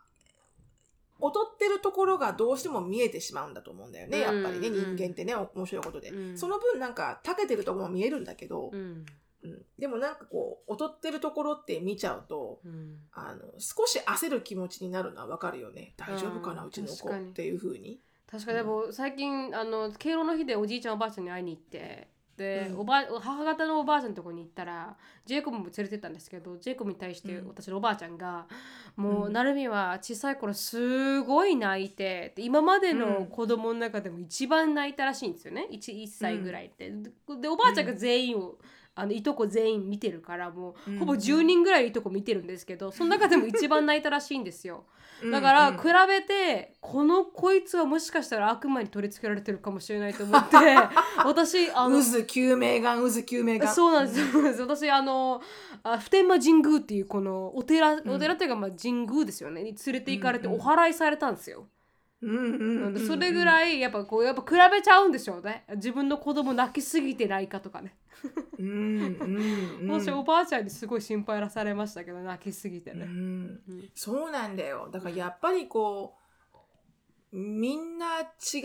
劣ってるところがどうしても見えてしまうんだと思うんだよね、やっぱりね
うんうん
人間ってねお面白いことで、
うん
その分なんか長けてるところも見えるんだけど
う、ん
うんでもなんかこう劣ってるところって見ちゃうと
うん
あの少し焦る気持ちになるのはわかるよね大丈夫かな
うん
うちの子
確かに
っていうふうに。
確かにでも最近あの敬老の日でおじいちゃんおばあちゃんに会いに行ってで、
うん
おば母方のおばあちゃんのとこに行ったらジェイコブも連れてったんですけどジェイコブに対して
うん
私のおばあちゃんが「も
う
うんなるみは小さい頃すごい泣いてで今までの子供の中でも一番泣いたらしいんですよね 1, 1歳ぐらいって。でおばあちゃんが全員を、あのいとこ全員見てるからもうほぼ10人ぐらいいとこ見てるんですけど、その中でも一番泣いたらしいんですよ。だから比べてこのこいつはもしかしたら悪魔に取り付けられてるかもしれないと思って 私あの
渦救命眼渦救命眼
そうなんですそうなんです私あのあ普天間神宮っていうこのお寺
ん
お寺というかまあ神宮ですよねに連れて行かれて
うんう
お
ん
祓いされたんですよ。
うんうんうん
なん
う
で
ん
それぐらいやっぱこうやっぱ比べちゃうんでしょうね自分の子供泣きすぎてないかとかね。
うんうん うん
私おばあちゃんにすごい心配らされましたけど泣きすぎて
う
ね。
ん
うん
そうなんだよだからやっぱりこうみんな違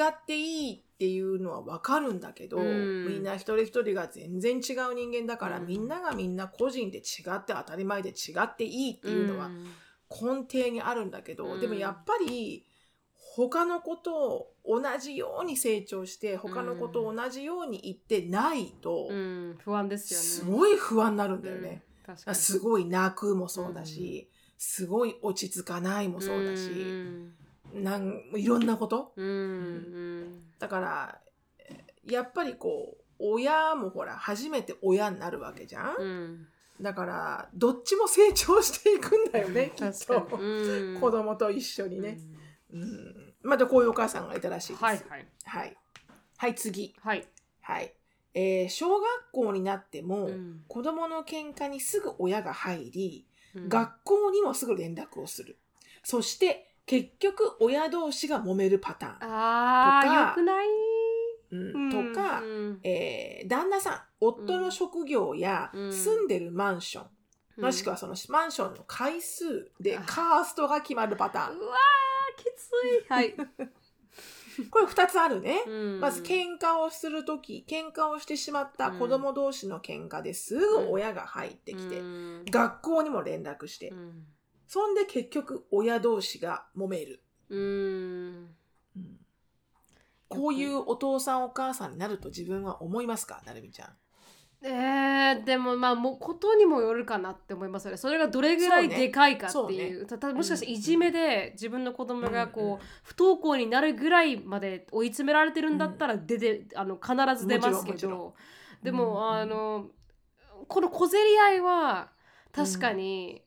っていいっていうのはわかるんだけど、
うん
みんな一人一人が全然違う人間だから、
うん
みんながみんな個人で違って当たり前で違っていいっていうのは
ん
根底にあるんだけど、
うん
でもやっぱり他の子と同じように成長して他の子と同じように言ってないと、
うん不安ですよね。
すごい不安になるんだよね。
うん確
あ
かに
すごい泣くもそうだし、すごい落ち着かないもそうだし、
うん
なんいろんなこと
うんうん
だからえーやっぱりこう親もほら初めて親になるわけじゃん、
うん
だからどっちも成長していくんだよね、きっ
確か
と、
にうん
子供と一緒にね、うんまたこういうお母さんがいたらしい
うん
です
はいはい
はい、はい次
はい、
はい、えー小学校になっても、
うん
子供の喧嘩にすぐ親が入り、
うん
学校にもすぐ連絡をする。そして、結局、親同士が揉めるパターン。
あ
と
ー
か
よくない
うんとか
う、ん
えー旦那さん、夫の職業や、
うん
住んでるマンション、
うん
もしくはそのマンションの回数で
あ
カーストが決まるパター
うわーきついはい、
ン。これ2つあるね。 まず、
け
喧嘩をするとき、喧嘩をしてしまった子供同士の喧嘩ですぐ親が入ってきて、
うん
学校にも連絡して
う、ん
そんで結局、親同士が揉める。
うん
こういうお父さんお母さんになると自分は思いますかなるみちゃん。
えー、でもまあもうことにもよるかなって思いますよねそれがどれぐらい
そうね
でかいかって
そう
い
ね
うたたもしかしていじめで自分の子供がこう、不登校になるぐらいまで追い詰められてるんだったら出て、あの必ず出ますけ
もちろんも
ど
ちろ
でも、
うん
あのこの小競り合いは確かに、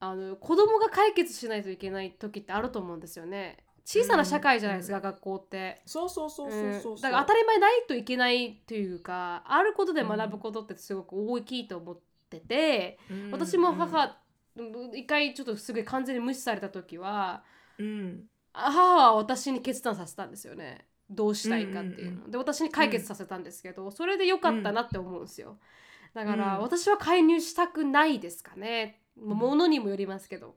あの子供が解決しないといけない時ってあると思うんですよね。小さな社会じゃないですか、学校って。
そうそうそうそうそうそう。
うんだから当たり前ないといけないというかあることで学ぶことってすごく大きいと思ってて、
うん
私も母、一回ちょっとすごい完全に無視された時は
うん
母は私に決断させたんですよねどうしたいかっていうの、
うんうん
で私に解決させたんですけど、それで良かったなって思うんですよだから、
うん
私は介入したくないですかねものにもよりますけど、
うん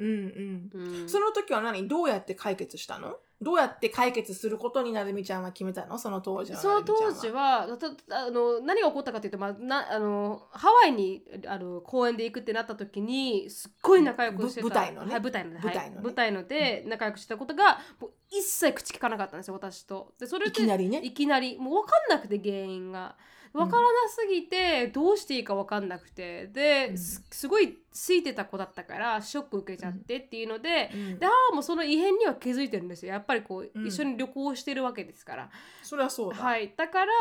うん。
うん
その時は何どうやって解決したのどうやって解決することになるみちゃんは決めたのその当時は。
その当時はたたあの何が起こったかというと、まあ、なあのハワイにあの公演で行くってなった時にすっごい仲良くしてた
ぶ舞台のね
はい、舞台ので
舞台のね
はい、舞台ので仲良くしてたことがもう一切口聞かなかったんですよ私と。でそれ
なるみちゃんは。い
で
きなりね。
いきなりもう分かんなくて原因が分からなすぎて、どうしていいか分かんなくてで
うん
すすごいついてた子だったからショック受けちゃってっていうので、
うん
でああもうその異変には気づいてるんですよやっぱりこう、
うん
一緒に旅行してるわけですから。
それはそうだ。
はい、だから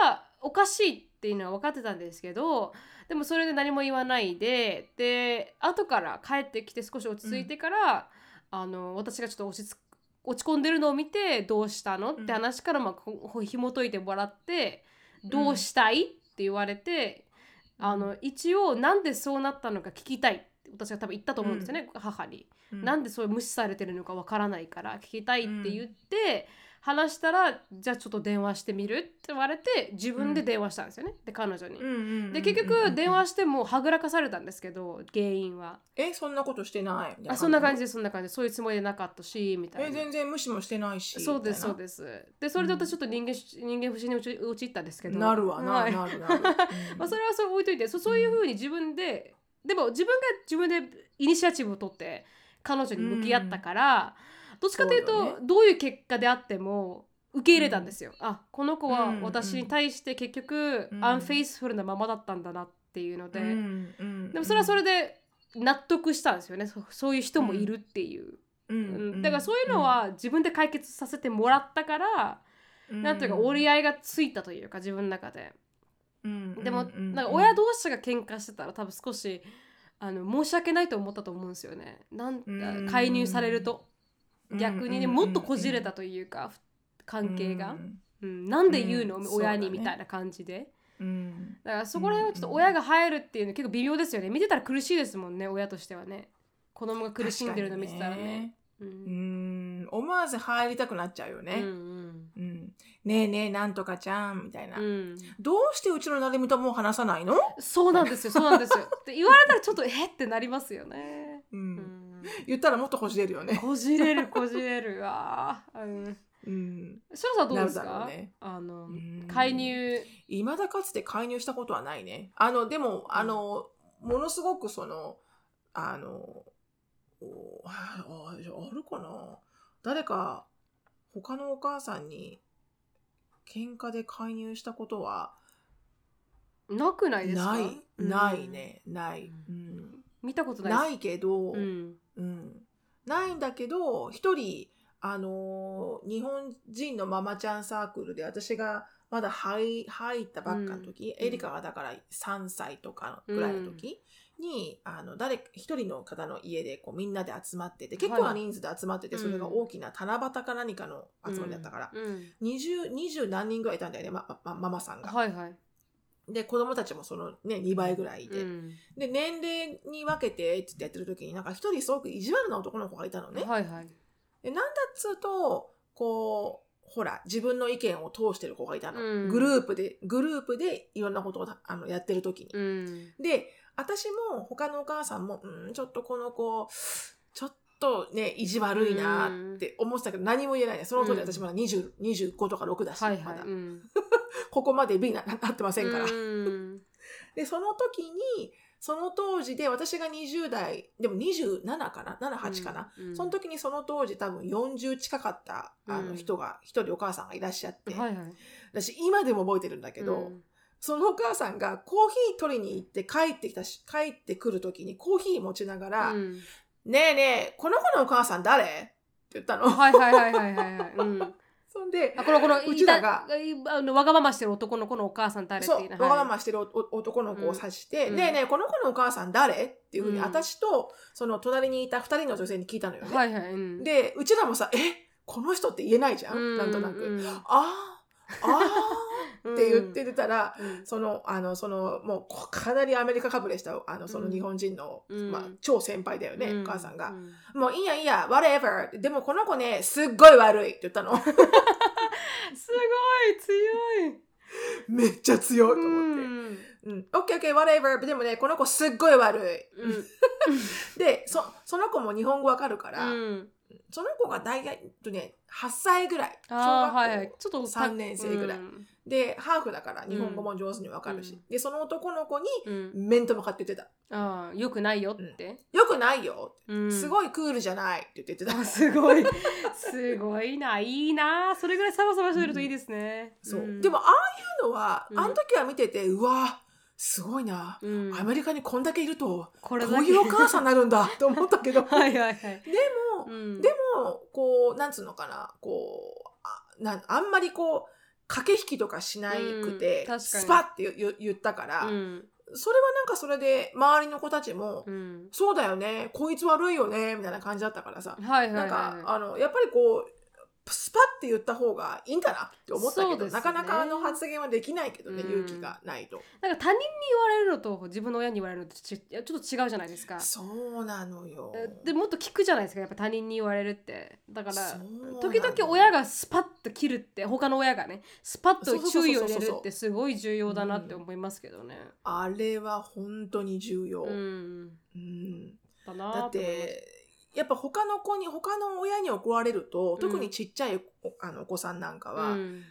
おかしいっていうのは分かってたんですけどでもそれで何も言わないでで後から帰ってきて少し落ち着いてから、あの私がちょっと落ち着落ち込んでるのを見てどうしたのっ
うん
て話からまあここう紐解いてもらってどうしたいって言われて、あの一応なんでそうなったのか聞きたいって私が多分言ったと思うんですよね、母に。
うん
なんでそういう無視されてるのかわからないから聞きたいって言って、話したらじゃあちょっと電話してみるって言われて自分で電話したんですよね、で彼女に。
うんうんうんうん
で結局電話してもはぐらかされたんですけど原因は
えそんなことしてないみたいな
あそんな感じですそんな感じですそういうつもりでなかったしみた
え
いな
全然無視もしてないし
そうですそ
み
う
たい
ですでそれで私ちょっと人間,、人間不信に陥陥ったんですけど
ななるわな、
はい
なるなる、うん
まあ、それはそう置いといてそそういうふうに自分ででも自分が自分でイニシアチブを取って彼女に向き合ったから、どっちかという
そうよ
とどういう結果であっても受け入れたんですよ。あこの子は私に対して結局、
うん
アンフェイスフルなままだったんだなっていうので、
うんうん
でもそれはそれで納得したんですよねそそういう人もいるっていう、
うん
う
うんん
だからそういうの、は自分で解決させてもらったから、
うん
なんていうか折り合いがついたというか自分の中で。
うん
でも、
うんうん
なんか親同士が喧嘩してたら多分少しあの申し訳ないと思ったと思うんですよね。なん
うん
介入されると
うん
逆にね
うん
もっとこじれたというかふ関係
う
が、
ん
うん、なんで言うの、
うん
親
そうだ
に
ね
みたいな感じで
うん
だからそこら辺はちょっと親が入るっていうの結構微妙ですよね見てたら苦しいですもんね親としてはね子供が苦しんでるの見てたらねう
うんん思わず入りたくなっちゃうよ
うん
ね、うんねえねえなんとかちゃんみたいな、
うんうん
どうしてうちのなるみともう話さないの、
そうなんですよそうなんですよって言われたらちょっとえってなりますよね、
う
うんん、
言ったらもっとこじれるよね、
こじれるこじれるわー、うん、
うん、
白さんはどう
な
で
る
す
だろ
か、
うね
あの
うん
介入
いまだかつて介入したことはないね。あの、でも、あの、ものすごくその、あの、おあああるかな誰か、他のお母さんに、喧嘩で介入したことは、
なくな
ないい、
ですか
ない,、
うん
ね、ない。
う
うん
見たことないです
ないけど、
うん
うん、ないんだけど一人あのー日本人のママちゃんサークルで私がまだ入入ったばっかの時、
うん
エリカがだから3歳とかぐらいの時に、あの誰一人の方の家でこうみんなで集まってて結構
は
ない人数で集まってて、それが大きな七夕か何かの集まりだったから、
うん
20, 20何人ぐらいいたんだよね、ままママさんが。
はいはい
で子供たちもその、ね、2倍ぐらいいて、
うん
で年齢に分けてつってやってる時になんか一人すごく意地悪な男の子がいたのね。
はいはい
でなんだっつうと、こう、ほら、自分の意見を通してる子がいたの。
うん
グループで、グループでいろんなことをあのやってる時に。
うん
で、私も他のお母さんも、うん、ちょっとこの子、ちょっとね、意地悪いなって思ってたけど、何も言えないね。その当時私まだ20 25とか6だし、
はいは
ま
い
だ
うん
ここまで B にななってませんから。
うん
で、その時に、その当時で私が20代、でも27かな ?7、8かな、
うん
その時にその当時多分40近かったあ
う
の
ん
人が、一人お母さんがいらっしゃって、
はいはい
私今でも覚えてるんだけど、
うん
そのお母さんがコーヒー取りに行って帰ってきたし、帰ってくる時にコーヒー持ちながら、
うん
ねえねえ、この子のお母さん誰って言ったの。
はいはいはいはいはいはい うん
そんで、
あこのこの
うちらが
いたあのわがまましてる男の子のお母さん誰って
そ、
いううの
わがま
はい
ましてるおお男の子を指して、
うん
ねえねえ、この子のお母さん誰っていうふうに、
うん
私と、その隣にいた二人の女性に聞いたのよね。
はいはいうん
で、うちらもさ、えこの人って言えないじゃん、なんとなく。
うん
あーあ
う
ー
ん
って言って出たら、
うん
その、あの、その、もうこ、かなりアメリカかぶれした、あの、その
うん
日本人の、
うん
まあ、超先輩だよね、
う
お母さんが
う。
もういいやいいや、whatever。でもこの子ね、すっごい悪いって言ったの。
すごい強い
めっちゃ強いと思って。
うん
うん。OK, OK, whatever. でもね、この子すっごい悪
う
い。
ん
で、そ、その子も日本語わかるから、
うん
その子が大概、えっとね、8歳ぐらい。
あー
小学
は
校
いはいちょっと
3年生ぐらい
うん
で、ハーフだから日本語も上手にわかるし、
うん
で、その男の子に
うん
面と向かって言ってた。
ああよくないよって
よくないよ、す
い
ごいクールじゃないって言って た。
すごいすごいないいなそれぐらいサバサバしてるといいですね
そう、
ん
でもああいうのは、
うん
あの時は見てて、うわすごいな、
うん
アメリカにこんだけいると、
これだけ
こういうお母さんになるんだと思ったけ ど、
はいはいはい
でも、
うん
でも、こう、なんつうのかな、こう、あなんあんまりこう、駆け引きとかしなく
うん確
て、
かに
スパッて言言言ったから、
うん
それはなんかそれで、周りの子たちも、
うん
そうだよね、こいつ悪いよね、みたいな感じだったからさ、
はいはい
な
は
ん
い
か、
は
あの、やっぱりこう、スパって言った方がいいんだなって思ったけ
そ
ど、
うですね
なかなかあの発言はできないけどね、
うん
勇気がないと。
なんか他人に言われるのと自分の親に言われるのってちいやちょっと違うじゃないですか。
そうなのよ。
えでもっと聞くじゃないですかやっぱ他人に言われるってだから
そうなの
時々親がスパッと切るって他の親がねスパッと注意を入れるってすごい重要だなって思いますけどね。
あれは本当に重要。
うん、
うん
だ
だ
な
っ
と思います。
てやっぱ他の子に他の親に怒られると特にちっちゃいおあのお子さんなんかは、
うん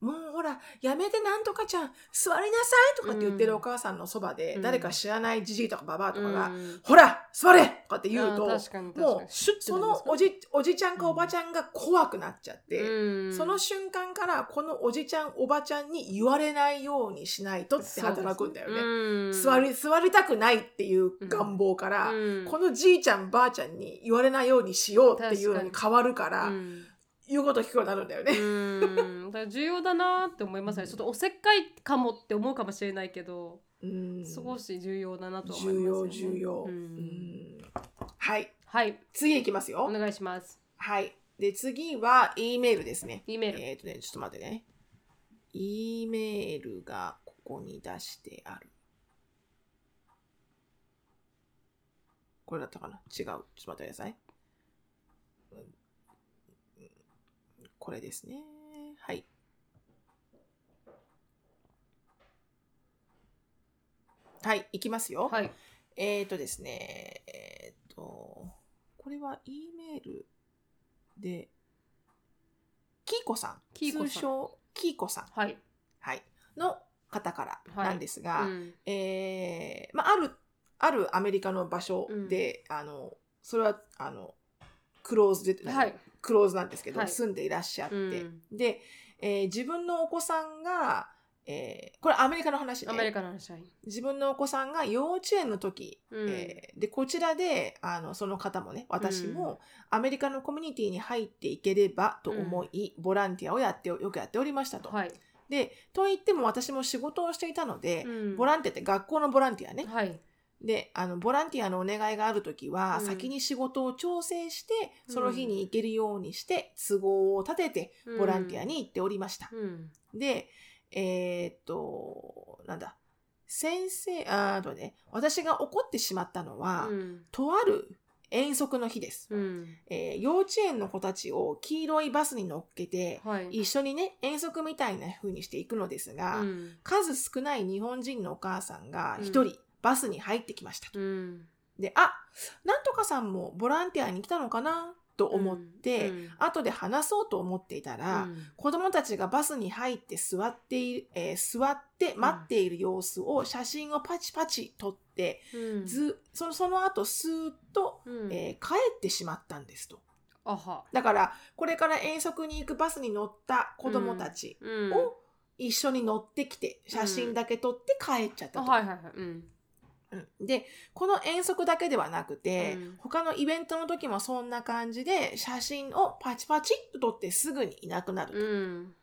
もうほらやめてなんとかちゃん座りなさいとかって言ってるお母さんのそばで、
うん
誰か知らないじじいとかばばあとかが、
うん
ほら座れとかって言うと
あー確かに確かに
もう
シュッて
そ
なりま
の
すか
お
ら
じおじちゃんかおばちゃんが怖くなっちゃって、
うん
その瞬間からこのおじちゃんおばちゃんに言われないようにしないとって働くんだよね。
うん
座り座りたくないっていう願望から、
うん
このじいちゃんばあちゃんに言われないようにしようっていうのに変わるから
うん
言うこと聞くようになるんだよ
う
ね。
んだから重要だなって思いますねちょっとおせっかいかもって思うかもしれないけど
うん
少し重要だなとは思い
重
ますよ
要
ね
重
う
要、うんんはい
はい
次いきます
お
よ。
願いします
はいで次は E メールですね。
E メール
えっ、とねちょっと待ってね。E メールがここに出してある。これだったかな違う。ちょっと待ってください。うんうんこれですね。はい。はい、いきますよ。
はい
えっ、ー、とですね、えっ、と、これは E メールで、キーコさん、
キーコさん
通称キーコさん、
はい
はい、の方からなんですが、
うん
えーまあ、ある、あるアメリカの場所で、あの、それは、あの、クローズで、
はい
クローズなんですけど、
はい
住んでいらっしゃって、
うん
で、えー自分のお子さんが、えーこれアメリカの話
ア
で、
メリカの話はい
自分のお子さんが幼稚園の時
うん
えーでこちらであのその方もね私もアメリカのコミュニティに入っていければと思い、ボランティアをやっておよくやっておりましたと。
はい
でと言っても私も仕事をしていたので、
うん
ボランティアって学校のボランティアね。
はい
であのボランティアのお願いがある時は、
うん
先に仕事を調整して
うん
その日に行けるようにして都合を立ててボランティアに行っておりました。
うん
で、えーっと、なんだ、先生、あーあとね、私が怒ってしまったのは、
うん
とある遠足の日です、
うん
えー幼稚園の子たちを黄色いバスに乗っけて、
はい
一緒にね、遠足みたいな風にしていくのですが、
うん
数少ない日本人のお母さんが一
う
人、バスに入ってきましたと。
うん
で、あ、なんとかさんもボランティアに来たのかなと思って、
うん
後で話そうと思っていたら、
うん
子供たちがバスに入って座っている、えー座って待っている様子を写真をパチパチ撮って、
うん
ずそその後スーッと、
うん
えー帰ってしまったんですと。
あは
だから、これから遠足に行くバスに乗った子供たち
うん
を一緒に乗ってきて、写真だけ撮って帰っちゃった
あ
と。
はいはいはいうん
うんで、この遠足だけではなくて、
うん
他のイベントの時もそんな感じで、写真をパチパチっと撮ってすぐにいなくなると。
うん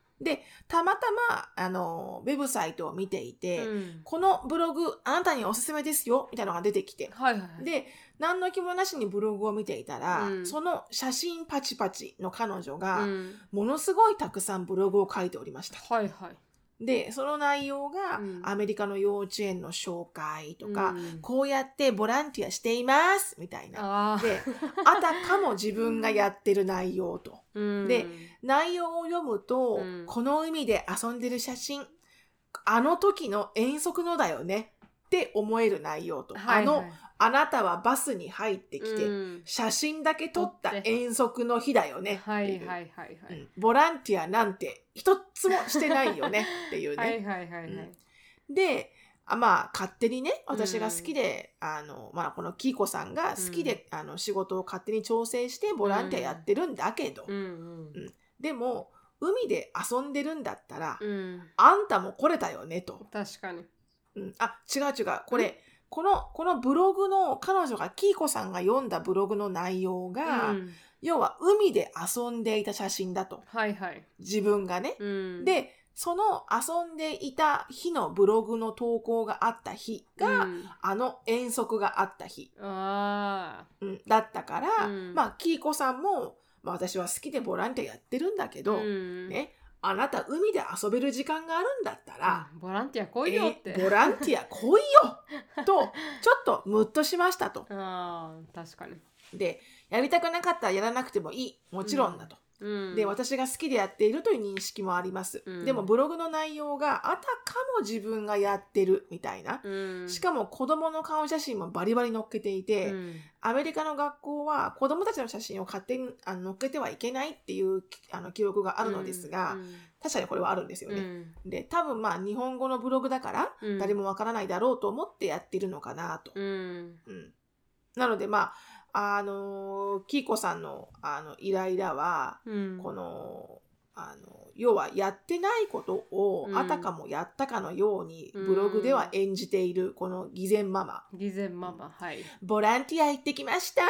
たまたま、あの、ウェブサイトを見ていて、
うん
このブログ、あなたにおすすめですよ、みたいなのが出てきて。
はいはいはい
で、何の気もなしにブログを見ていたら、
うん
その写真パチパチの彼女が、
うん
ものすごいたくさんブログを書いておりました。
はいはい
で、その内容が、
うん
アメリカの幼稚園の紹介とか、
うん
こうやってボランティアしています、みたいな。
あー
で、あたかも自分がやってる内容と。
うん
で内容を読むと、
うん
この海で遊んでる写真あの時の遠足のだよねって思える内容と、
はいはい
あのあなたはバスに入ってきて、
うん
写真だけ撮った
撮って
遠足の日だよね
はい
っていう
はいはいは
う
い
んボランティアなんて一つもしてないよ ねっていうね。
はいはいはいはい
であまあ勝手にね私が好きで、あのまあ、このキーコさんが好きで、あの仕事を勝手に調整してボランティアやってるんだけど、
うん
でも海で遊んでるんだったら、
うんうん
あんたも来れたよねと。
確かに
うん、あ違う違うこれ、このこのブログの彼女がキーコさんが読んだブログの内容が、
うん
要は海で遊んでいた写真だと
はいはい
自分がね。
うん
でその遊んでいた日のブログの投稿があった日が、
うん
あの遠足があった日、
あ
うんだったから、
うん
まあキーコさんもまあ、私は好きでボランティアやってるんだけど、
うん
ね、あなた海で遊べる時間があるんだったら、
うんボランティア来いよって
えーボランティア来いよ と、ちょっとムッとしましたと。
あー確かに、
で、やりたくなかったらやらなくてもいい。もちろんだと。
うん、
で、私が好きでやっているという認識もあります。
うん
でも、ブログの内容があたかも自分がやってるみたいな。
うん、
しかも子供の顔写真もバリバリ載っけていて、
うん
アメリカの学校は子供たちの写真を勝手にあの載っけてはいけないっていうあの記録があるのですが、確かにこれはあるんですよ
うん
ね。で、多分まあ日本語のブログだから
うん
誰もわからないだろうと思ってやってるのかなと。
うん
うんなのでまあ、あのーキーコさんのあのイライラは、
うん
この、あの、要はやってないことを
う、ん
あたかもやったかのように、
うん
ブログでは演じている、この偽善ママ。
偽善ママはい
ボランティア行ってきました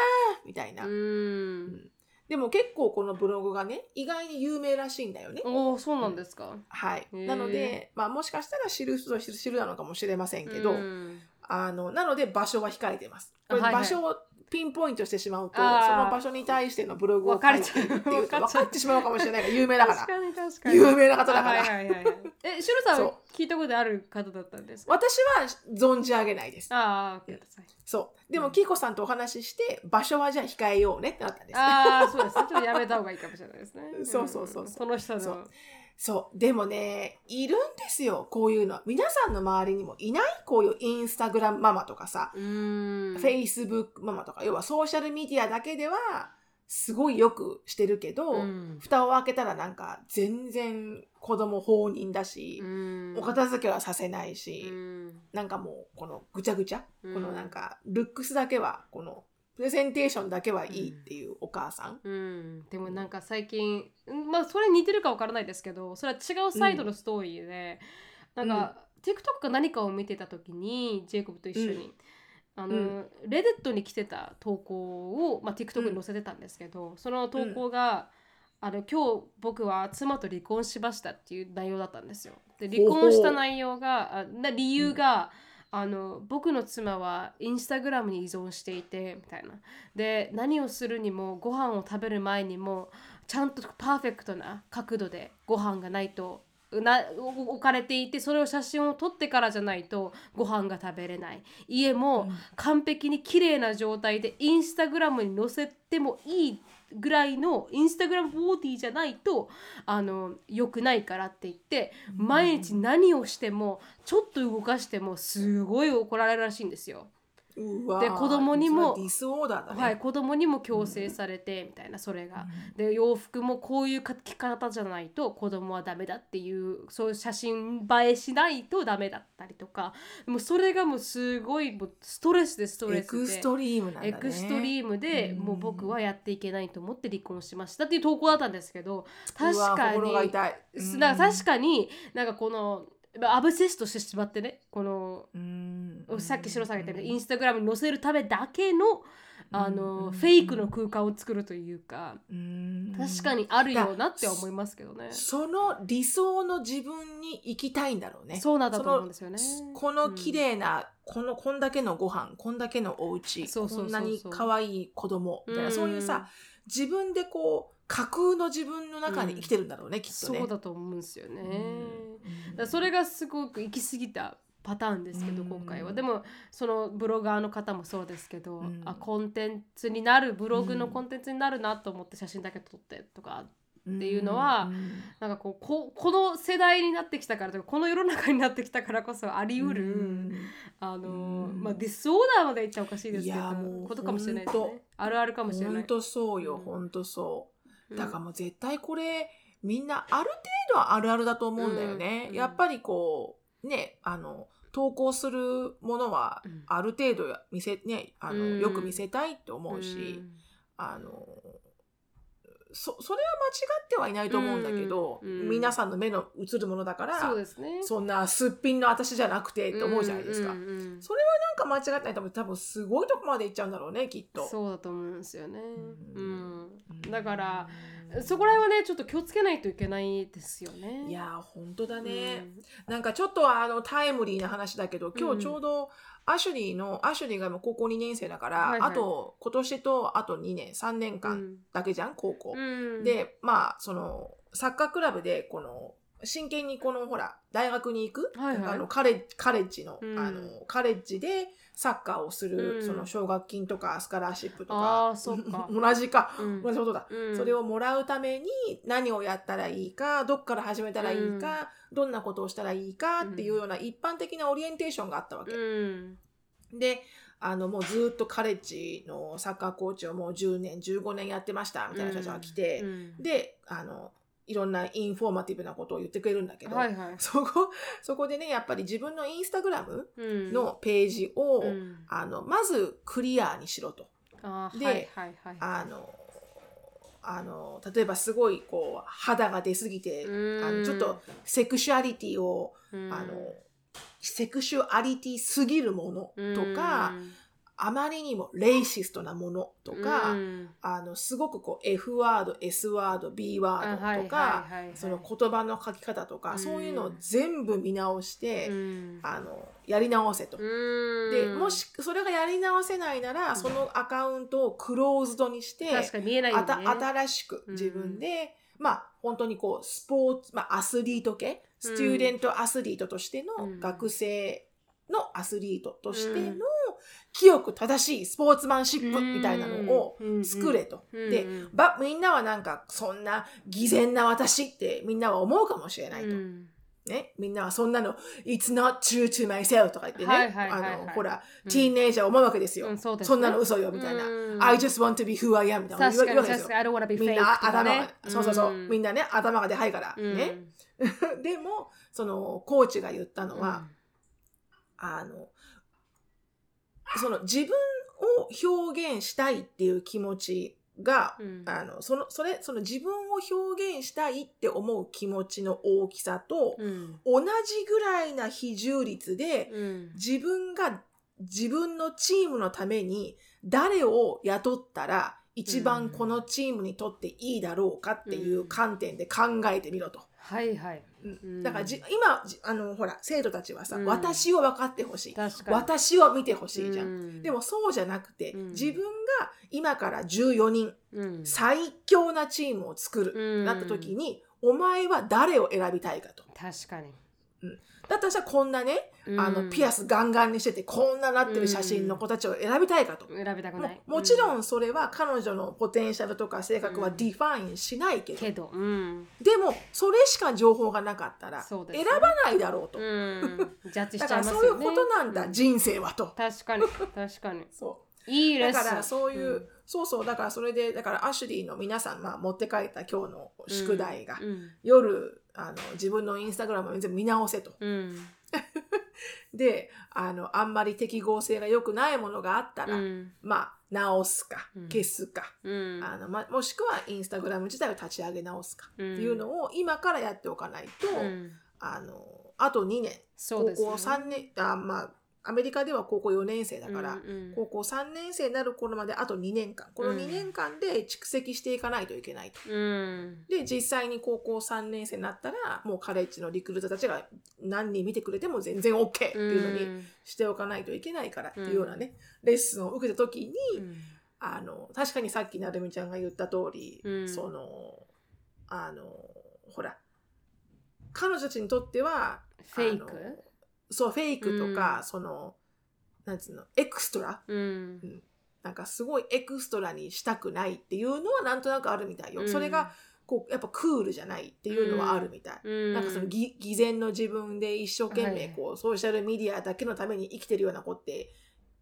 みたいな。
うん
でも結構このブログがね、意外に有名らしいんだよね。
おおそうなんですか、
はい。
へー
なので、まあもしかしたら知る人ぞ知る知るなのかもしれませんけど、
うん
あの、なので場所は控えてます。これ
はいはい
場所をピンポイントしてしまうと、
あー
その場所に対してのブログを
分かれち
書
ゃ
いうているっていう
分
と
かっ
分
ちゃ
か
う
ってしまうかもしれないが、有名だか
確
ら。
かに確かに
有名な方だか
はい
ら。
はいはいはいえシュルさんは
そ
聞いたことある方だったんですか
私は存じ上げないです。
あー OK です
そう。でも、
うん
キーコさんとお話しして、場所はじゃあ控えようねってなったんです。
ああそうですねちょっとやめた方がいいかもしれないですね
そうそうそうそうん
その人
そ
の
うそう。でもね、いるんですよ、こういうの。皆さんの周りにもいない、こういうインスタグラムママとかさ、
うーん
フェイスブックママとか、要はソーシャルメディアだけでは、すごいよくしてるけど、
うん
蓋を開けたらなんか、全然子供放任だし
う、ん
お片付けはさせないうし、
ん
なんかもう、このぐちゃぐちゃ、
うん
このなんか、ルックスだけは、この、プレゼンテーションだけはいいっていうお母さん。
うん、でもなんか最近、うんまあそれ似てるかわからないですけどそれは違うサイドのストーリーで、
うん
なんか、TikTok か何かを見てた時にジェイコブと一緒に、あの
う
レデットに来てた投稿を、まあ、TikTok に載せてたんですけど、その投稿が、あの「今日僕は妻と離婚しました」っていう内容だったんですよ。で離
ほうほう
婚した内容があな理由が、あの「僕の妻はインスタグラムに依存していて」みたいな。で何をするにもご飯を食べる前にもちゃんとパーフェクトな角度でご飯がないとなお置かれていてそれを写真を撮ってからじゃないとご飯が食べれない家も完璧に綺麗な状態でインスタグラムに載せてもいいぐらいのインスタグラムボディじゃないとあの良くないからって言って毎日何をしてもちょっと動かしてもすごい怒られるらしいんですよ。
うわ
で
ー
子供にも
それはディスオーダーだね。
はい、子供にも強制されてみたいなそれが。で洋服もこういうか着方じゃないと子供はダメだっていうそういう写真映えしないとダメだったりとかもうそれがもうすごいもうストレスでスト
エ
レスで
クストリームなんだね。
エクストリームで
うん
もう僕はやっていけないと思って離婚しましたっていう投稿だったんですけど確
うわー
か
心が
に
痛い。
すなんか確かになんかこのまあアブセスとしてしまってねこの
うん
さっき白さんが言ったようにイン
ス
スタグラムに載せるためだけのあ
う
の
ん
フェイクの空間を作るというか確か
に。
にあるようなって思いますけどね。
その理想の自分に行きたいんだろうね。
そうなんだと思うんですよね
その。この綺麗な、この、こんだけのご飯、こんだけのお家、
そうそうそうそう
こんなに可愛い子供、みたいな、
うん
そういうさ、自分でこう、架空の自分の中に生きてるんだろうね、きっとね。
そうだと思うんですよね。
うん
だからそれがすごく行き過ぎたパターンですけど
うん
今回はでもそのブロガーの方もそうですけど、
うん
あコンテンツになるブログの
うん
コンテンツになるなと思って写真だけ撮ってとかっていうのは
うん
なんかこうここの世代になってきたからとかこの世の中になってきたからこそありうる、
うん
あの
うん
まあディスオーダーまで言っちゃおかしいですけ
いや
ど
もう
ことかもしれないです
ほん
ね
と
あるあるかもしれな
本
い。
当そうよ、
うん
本当そう。
うん
だからもう絶対これ、みんなある程度はあるあるだと思うんだよね。
うん
やっぱりこう、ね、あの、投稿するものは
うん、
ある程度見せ、ね、あの、
うん
よく見せたいと思うし、あの、そ、それは間違ってはいないと思うんだけど、
うんうん
皆さんの目の映るものだか
うん
ら、
そうですね。
そんなすっぴんの私じゃなくてって思うじゃないですか。
うんうんうん
そなんか間違ってないと思う。多分すごいとこまで行っちゃうんだろうね、きっと。
そうだと思うんですよね。
う
うんん、だからそこら辺はねちょっと気をつけないといけないですよね。
いやー本当だ
うん、
ね、なんかちょっとあのタイムリーな話だけど今
うん
日ちょうどアシュリーの、アシュリーがもう高校2年生だから、
はいはい
あと今年とあと2年3年
う
間
ん
だけじゃん、高校、
うん、
でまあそのサッカークラブでこの真剣にこのほら大学に行く、
はいはい
あのカレッカレッジの,、
うん
あのカレッジでサッカーをする、
うん
その奨学金とかスカラーシップと
あ
か
ーそっか
同じか
うん、
同じことだ、
うん
それをもらうために何をやったらいいかどっから始めたらいいか、どんなことをしたらいいかっていうような一般的なオリエンテーションがあったわけ
う、ん
であのもうずっとカレッジのサッカーコーチをもう10年15年やってましたみたいな人たちが来て、
うん、
であのいろんなインフォーマティブなことを言ってくれるんだけど、
はいはい、
そこそこでねやっぱり自分のインスタグラム
うん、
のページを、
うん
あのまずクリアにしろと。
あー
で
はいはいはい、
あのあの例えばすごいこう肌が出すぎて、あのちょっとセクシュアリティを、
うん
あのセクシュアリティすぎるものとか、あまりにもレイシストなものと
うん
か、
うん
あのすごくこう F ワード S ワード B ワ
あ
ードとか、
はいはいはいはい
その言葉の書き方とか、
うん
そういうのを全部見直して、
うん
あのやり直せと。
うん
でもしそれがやり直せないなら、
ん
そのアカウントをクローズドにして
確かに見えないよね
あた新しく
うん
自分で、まあ本当にこうスポーツ、まあ、アスリート系スチューデントアスリートとして
う
の
ん
学生のアスリートとして
う
の
ん
清く正しいスポーツマンシップみたいなのを
うん
作れと。
うん
でばみんなはなんかそんな偽善な私ってみんなは思うかもしれないと。
うん
ね、みんなはそんなの「It's not true to myself」とか言ってね、
はいはいはいはい
あのほら、
うん
ティーンエイジャー思うわけですよ、
うんそうですね
そんなの嘘よみたいな、
うん
I just want to be who I am」みたいな
確か
言
に
うわけです
確
よ
かに I don't wanna be fake
みんな頭
と
が、
かね
そうそうそう、
ん
みんなね頭がではいから、
うん
ねでもそのコーチが言ったのは、あのその自分を表現したいっていう気持ちが、
うん
あのそのそれその自分を表現したいって思う気持ちの大きさと、
うん
同じぐらいな比重率で
うん
自分が自分のチームのために誰を雇ったら一番このチームにとっていいだろうかっていう観点で考えてみろと。
はいはい
うん
うん
だからじ今じあのほら生徒たちはさ、
うん
私を分かってほしい
確かに
私を見てほしいじゃん。
ん
でもそうじゃなくて、
うん
自分が今から14人
うん
最強なチームを作る、
うん
なった時にお前は誰を選びたいかと。
確かに
だったらさこんなねあのピア
ス
スガンガンにしててこんななってる写真の子たちを選びたいかと。
選びたく
も
ないう
もちろ
うん
それは彼女のポテンシャルとか性格は
うん
ディファインしないけど、
けどうん
でもそれしか情報がなかったら
そう
選
ですね
ばないだろうと、
うんジャッジし
だ
ち
か
ゃいま
ら
す
そういう
よね
ことなんだ、
うん
人生はと。
確かに確かに
そ
いいうレッ
だ
スン
からそういう、
うん
そうそうだからそれでだからアシュリーの皆さん、まあ、持って帰った今日の宿題が、
うん
夜あの自分のインスタグラムを全部見直せと。
うん
であのあんまり適合性が良くないものがあったら、
うん
まあ、直すか
うん、
消すか、
うん
あのま、もしくはインスタグラム自体を立ち上げ直すか
て
っていうのを今からやっておかないと、あの、あと2年、
そう
高
ですね
校3年、あまあ、アメリカでは高校4年生だか
う
ら、
んうん
高校3年生になる頃まであと2年間、この2年間で蓄積していかないといけないと。
うん
で、実際に高校3年生になったら、もうカレッジのリクルーターたちが何人見てくれても全然 OK っていうのにしておかないといけないからっていうようなね、レッスンを受けた時に、
うん
あの確かにさっきなるみちゃんが言った通り、
うん
そのあのほら彼女たちにとっては
フェイク
あのそうフェイクとか、
うん
そのなんつうのエクストラ
うん
なんかすごいエクストラにしたくないっていうのはなんとなくあるみたいよ、それがこうやっぱクールじゃないっていうのはあるみたい、
うん
なんかその偽偽善の自分で一生懸
は
命
い
こう、ソーシャルメディアだけのために生きてるような子って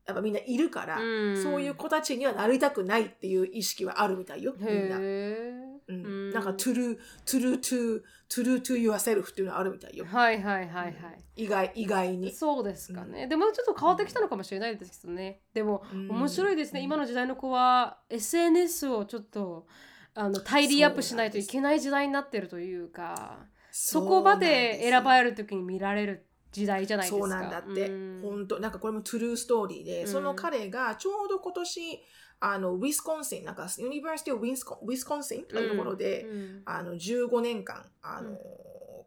やっぱみんないるから、
うん
そういう子たちにはなりたくないっていう意識はあるみたいよ、み
へ
んな。
えう
う、
んん
なんか、トゥルー、トゥルートゥ、トゥルートゥ yourself っていうのはあるみたいよ。
はいはいはいはい、
意外、意外に。
そうですかね、でもちょっと変わってきたのかもしれないですけどねでも面白いですね、今
の。
の時代の子は SNS をちょっとあのタイリーアップしないといけない時代になってるというかそこまで選ば
れ
れる時に見られる時代じゃないです
そ
か。
うなんだって
うん。
本当なんかこれもトゥルーストーリーで、
うん
その彼がちょうど今年、あの、ウィスコンシン、なんか、ユニバーシティウィスコンウィスコンシンとかいうところで、
うん
あの、15年間、あの、
うん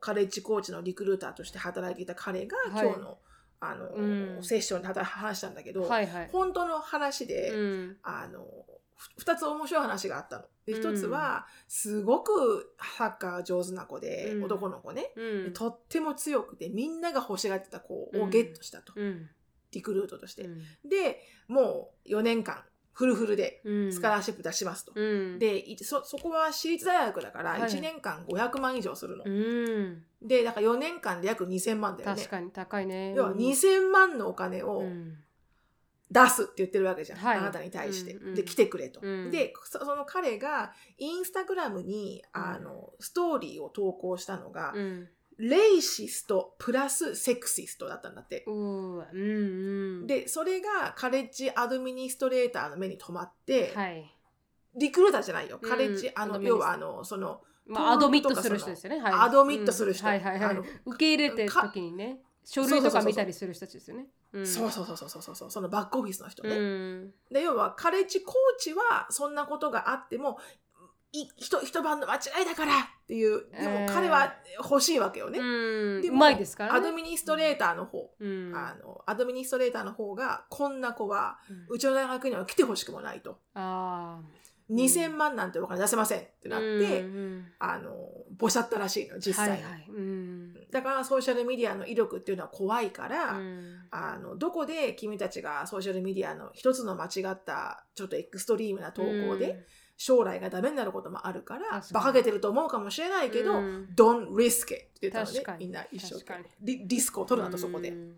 カレッジコーチのリクルーターとして働いていた彼が、
はい
今日の、あの、
うん
セッションで話話したんだけど、
はいはい。
本当の話で、
うん
あの、ふ二つ面白い話があったの。で、一つは、すごくサッカー上手な子で、
うん
男の子ね、
うん
とっても強くて、みんなが欲しがってた子
う
を
ん
ゲットしたと。
うん
リクルートとして。
う
で、もう4年間、フルフルで、
ん
スカラーシップ出しますと。
うん、
で、いそ、そこは私立大学だから、
はい
1年間500万以上するの
う。ん、
で、だから4年間で約2000万だよね
確。かに高いね。
要は2000万のお金を
うん
出すって言ってるわけじゃん。
はい
あなたに対して。
うんうん
で、来てくれと。
うん
でそ、その彼が、インスタグラムに、
うん
あの、ストーリーを投稿したのが、
うん、
レイシストプラスセクシストだったんだって
う。ーうんうん、
で、それがカレッジアドミニストレーターの目に留まって、
はい、
リクルーターじゃないよ。カレッジ、
うん
あ
アド
の、
ミニス
要はあの、その、
まあアドミットする人ですよね。はい、
アドミットする人。
うんはいはいは
あ
い
の。
受け入れてる時にね、書類とか見たりする人たちですよね。
そう
そ
そうそうそうそうそう、そのバックオフィスの人ね。
うん、
で、要は、カレッジコーチは、そんなことがあっても、い一一晩の間違いだからっていう、で
え
も
ー
彼は欲しいわけよね。
うん、
で
う
も
まいですから
ア
ね。
ドミニストレーターの方、
うん、
あの、アドミニストレーターの方が、こんな子は、
うん
うちの大学には来てほしくもないと。
あん
2000万なんてお金出せませんっ
ー
てなっ
う
て、
んうん、
あの、ぼしゃったらしいの、実際に。
はいはい、うん、
だから、ソーシャルメディアの威力っていうのは怖いから、
うん
あの、どこで君たちがソーシャルメディアの一つの間違った、ちょっとエクストリームな投稿で、将来がダメになることもあるか
確
ら
かに、
馬鹿げてると思うかもしれないけど、
うん
don't risk it って言ったの
確
ね
か。に
みんな一生懸
確
命
か。
リリスクを取るなと、そこ
う
で。
ん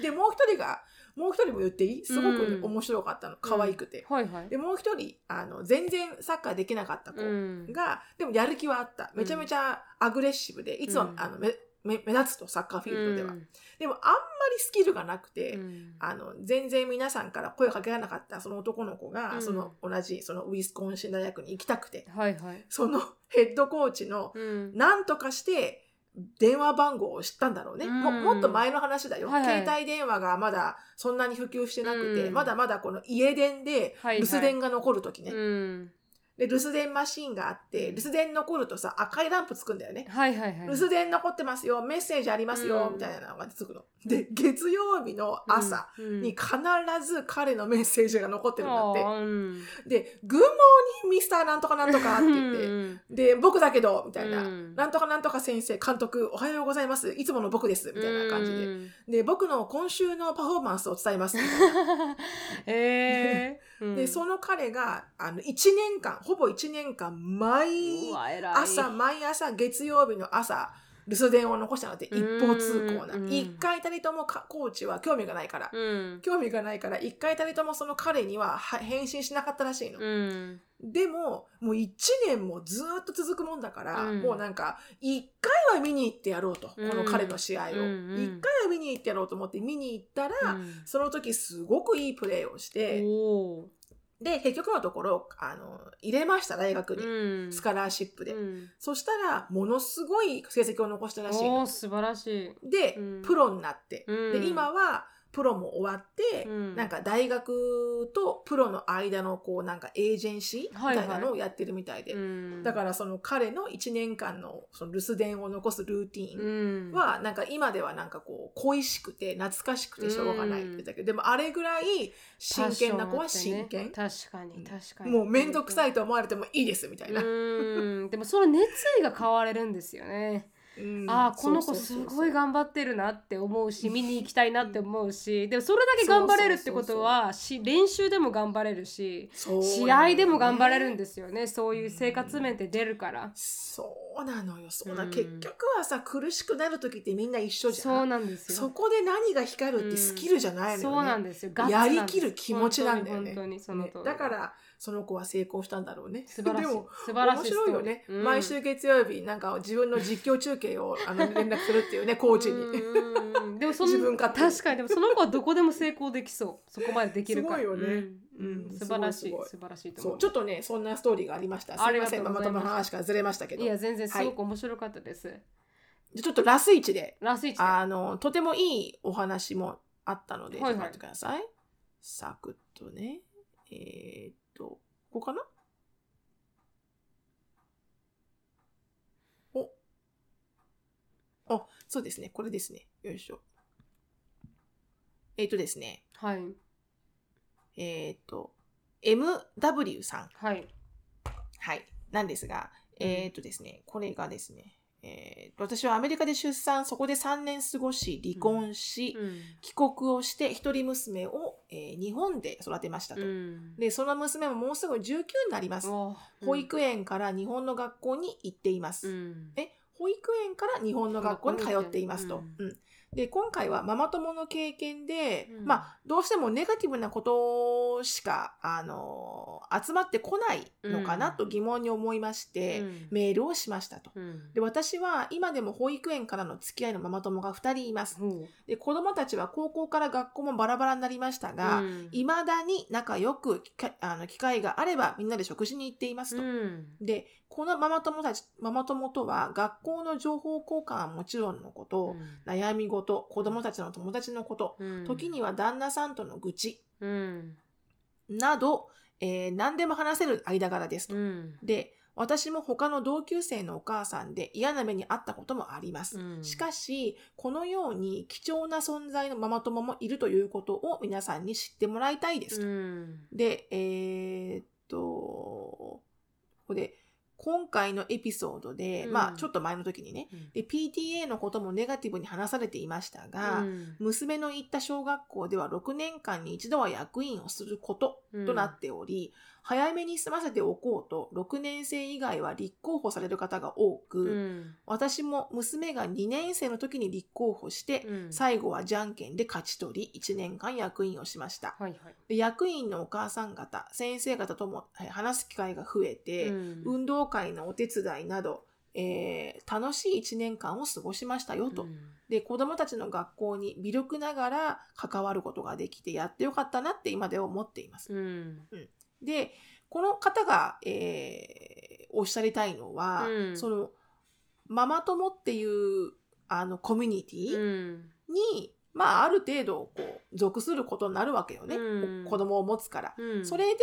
で、もう一人が、もう一人も言っていいすご
う
く
ん
面白かったの。可愛くて。
はいはい。
で、もう一人、あの、全然サッカーできなかった子
うん
が、でもやる気はあった。めちゃめちゃアグレッシブで、いつも、
うん
あの、めめ目立つと、サッカーフィールドでは
う。ん
でも、あんまりスキルがなくて、
うん
あの、全然皆さんから声をかけられなかったその男の子
う
が、
ん
その同じ、そのウィスコンシン大学に行きたくて、
はいはい。
その ヘッドコーチの、
うん
なんとかして、電話番号を知ったんだろうね。
うん
ももっと前の話だよ、
はいはい
携帯電話がまだそんなに普及してなくて、
うん
まだまだこの家電で
はい
留守電が残るときね、
うん
で。留守電マシーンがあって、留守電残るとさ、赤いランプつくんだよね。
はいはいはい。
留守電残ってますよ、メッセージありますよ、
うん
みたいなのがつくの。で、月曜日の朝、
うん
に必ず彼のメッセージが残ってるんだって。
うん
で、グ o モーニ n ミスターなんとかなんとかって言
う
っ
んうん
て、で、僕だけど、みたいな、
うん
なんとかなんとか先生、監督、おはようございます。いつもの僕です。みたいな感じで。
うん
で、僕の今週のパフォーマンスを伝えます。みたい
えー、
なで、その彼が、あの、1年間、ほぼ1年間、毎
うわ偉い
朝、毎朝、月曜日の朝、留守電を残したので、一方通行な。
うん
一回たりともかコーチは興味がないから、
うん
興味がないから一回たりともその彼にはは返信しなかったらしいの。
うん
でももう1年もずーっと続くもんだから、
うん
もうなんか1回は見に行ってやろうと、
うん
この彼の試合を、一
うんうん
1回は見に行ってやろうと思って見に行ったら、その時すごくいいプレーをして、
お
で結局のところあの入れました大学に、
ー
スカラーシップで。
うん
そしたらものすごい成績を残したらしい
お
の
ー素晴らしい。
で、
うん
プロになって、
うん
で今はプロも終わって、
うん
なんか大学とプロの間のこうなんかエージェンシーみ
は
た
いはい
いなのをやってるみたいで、
うん
だからその彼の1年間のその留守電を残すルーティーン
うん
はなんか今ではなんかこう恋しくて懐かしくてしょうがないって言ったけど、でもあれぐらい真剣な子は真剣、
パッションを持ってね確かに確かに。
もう面倒くさ
い。
いと思われてもいいですみたいな、
うんでもその熱意が変われるんですよね。
うん
ああこの子
そうそう
す
そう
ごい頑張ってるなって思うし見に行きたいなって思うしでもそれだけ頑張れるってことはし練習でも頑張れるし
そう
試合でも頑張れるん
で
ですよねそういう生活面って出るから
そうなのよそうな、
うん
結局はさ苦しくなる時ってみんな一緒じゃん
そうなんですよ
そこで何が光るっ
うん
てスキルじゃないのよね。
そうなんですよガッツ
や
なんです
りきる気持ちなんだよね。
本当に本当にその通り
ねだからその子は成功したんだろうね。
素晴らしい
でも
素晴らしい
面白いよね
ストー。リーうん
毎週月曜日なんか自分の実況中継をあの連絡するっていうねコーチに。
うんうんうんでもそ
自
の
分勝手に
確かにでもその子はどこでも成功でき そうそこまでできるから
すごいよね
うん
うん
素晴らしい
すごいす
素晴らしいと
そ
思
うちょっとねそんなストーリーがありました。す
あ
み
り
ま
が
せ
と
ん
うご
ま
ざいま
た
す
まの話からずれましたけど。
いや全然す
は
ご
い
く面白かったです
でちょっとラス1で、
ラスイチでは
あの、とてもいいお話もあったので、
はいはい
ちょっと待ってください。サクッとね。えーっと、ここかなお。あ、そうですね。これですね。よいしょ。えーっとですね。
い
えーっと、MW さん。
はい
はい。なんですが、
うん
えーっとですね、これがですね、えーっと私はアメリカで出産、そこで3年過ごし、離婚し、
うん
帰国をして一人娘を、えー日本で育てましたと。
うん
で、その娘ももうすぐ19になります。
お
保育園から日本の学校に行っています。
うん
え保育園から日本の学校に通っていますと。
う
うんで今回はママ友の経験で、
うん
まあどうしてもネガティブなことしか、あのー集まってこないのかなと疑問に思いまして、
うん
メールをしましたと。
うん
で私は今でも保育園からの付き合いのママ友が2人います。
ほう
で子供たちは高校から学校もバラバラになりましたが、
うん
いまだに仲良く機会あの機会があればみんなで食事に行っていますと。
うん
で、このママ友たち、ママ友とは学校の情報交換はもちろんのこと、悩み事、子供たちの友達のこと、
うん
時には旦那さんとの愚痴
うん
など、えー何でも話せる間柄ですと。
うん
で、私も他の同級生のお母さんで嫌な目に遭ったこともあります。
うん
しかし、このように貴重な存在のママ友もいるということを皆さんに知ってもらいたいですと。
うん
で、えーっと、ここで、今回のエピソードで、
うん
まあ、ちょっと前の時にね、
うん
で、PTA のこともネガティブに話されていましたが、
うん
娘の行った小学校では6年間に一度は役員をすることとなっており、早めに済ませておこうと、6年生以外は立候補される方が多く、
うん
私も娘が2年生の時に立候補して、
うん
最後はじゃんけんで勝ち取り、1年間役員をしました。
はいはい
で役員のお母さん方先生方ともはい話す機会が増えて、
うん
運動会のお手伝いなど、えー楽しい1年間を過ごしましたよと、
うん
で子どもたちの学校に微力ながら関わることができてやってよかったなって今では思っています。
うん
でこの方が、えーおっしゃりたいのは、
うん
そのママ友っていうあのコミュニティ、
うん
に、まあ、ある程度、こう、属することになるわけよね。
うん
こ子供を持つから。
うん
それで、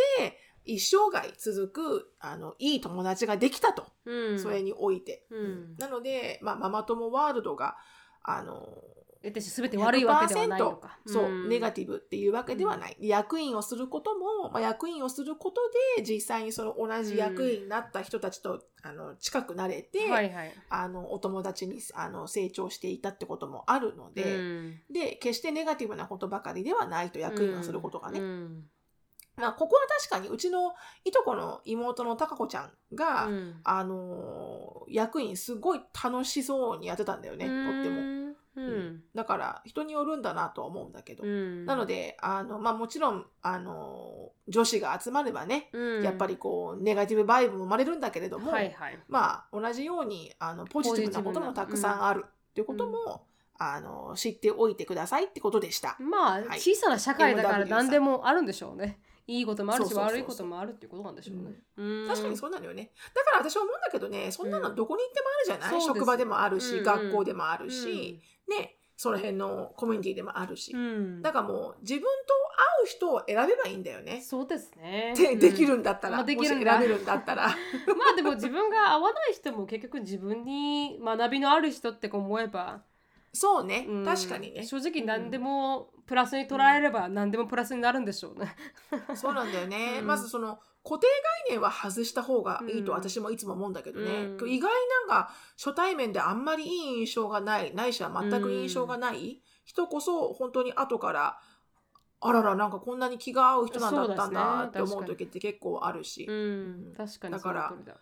一生涯続く、あの、いい友達ができたと。
うん
それにおいて。
うん
なので、まあ、ママ友ワールドが、あの、
えてすべて悪いわけではないのか
そう、
ん
ネガティブっていうわけではない。役員をすることも、まあ、役員をすることで、実際にその同じ役員になった人たちと、あの、近くなれて、
はいはい
あの、お友達に、あの、成長していたってこともあるので、
うん
で、決してネガティブなことばかりではないと役員をすることがね。
うん
まあ、ここは確かにうちのいとこの妹のたかこちゃんが、
うん
あのー役員すごい楽しそうにやってたんだよね、とっても。
う
うんんだから、人によるんだなとは思うんだけど。
うん
なので、あの、まあ、もちろん、あのー女子が集まればね、
うん
やっぱりこう、ネガティブバイブも生まれるんだけれども、
はいはい
まあ、同じように、あの、ポジティブなこともたくさんある、ということも、あの、知っておいてくださいってことでした。
まあ
はい
小さな社会だから
MW
何でもあるんでしょうねいいこともある
そ
し
うそうそうそう
悪いこともあるっていうことなんでしょうねうん
確かにそうなのよね。だから私は思うんだけどね、そんなのどこに行ってもあるじゃない、
うんそうです
職場でもあるし、
うんうん
学校でもあるし、ね、その辺のコミュニティでもあるし。
うん
だからもう自分と合う人を選べばいいんだよね。
そうですね
ででき
うん
るんだったら、
まあできる
も
ん
し
だ
選べるんだった ら。
まあでも自分が合わない人も結局自分に学びのある人って思えば、
そうね、
うん
確かにね。
正直何でもプラスに捉えれば何でもプラスになるんでしょうね。
そうなんだよね。
うん
まずその固定概念は外した方がいいと私もいつも思うんだけどね。
うん
意外なんか初対面であんまりいい印象がない、ないしは全く印象がない、人こそ本当に後から、あらら、なんかこんなに気が合う人なんだったんだって思う時って結構あるし、
うん、 確かに
だから
その通りだ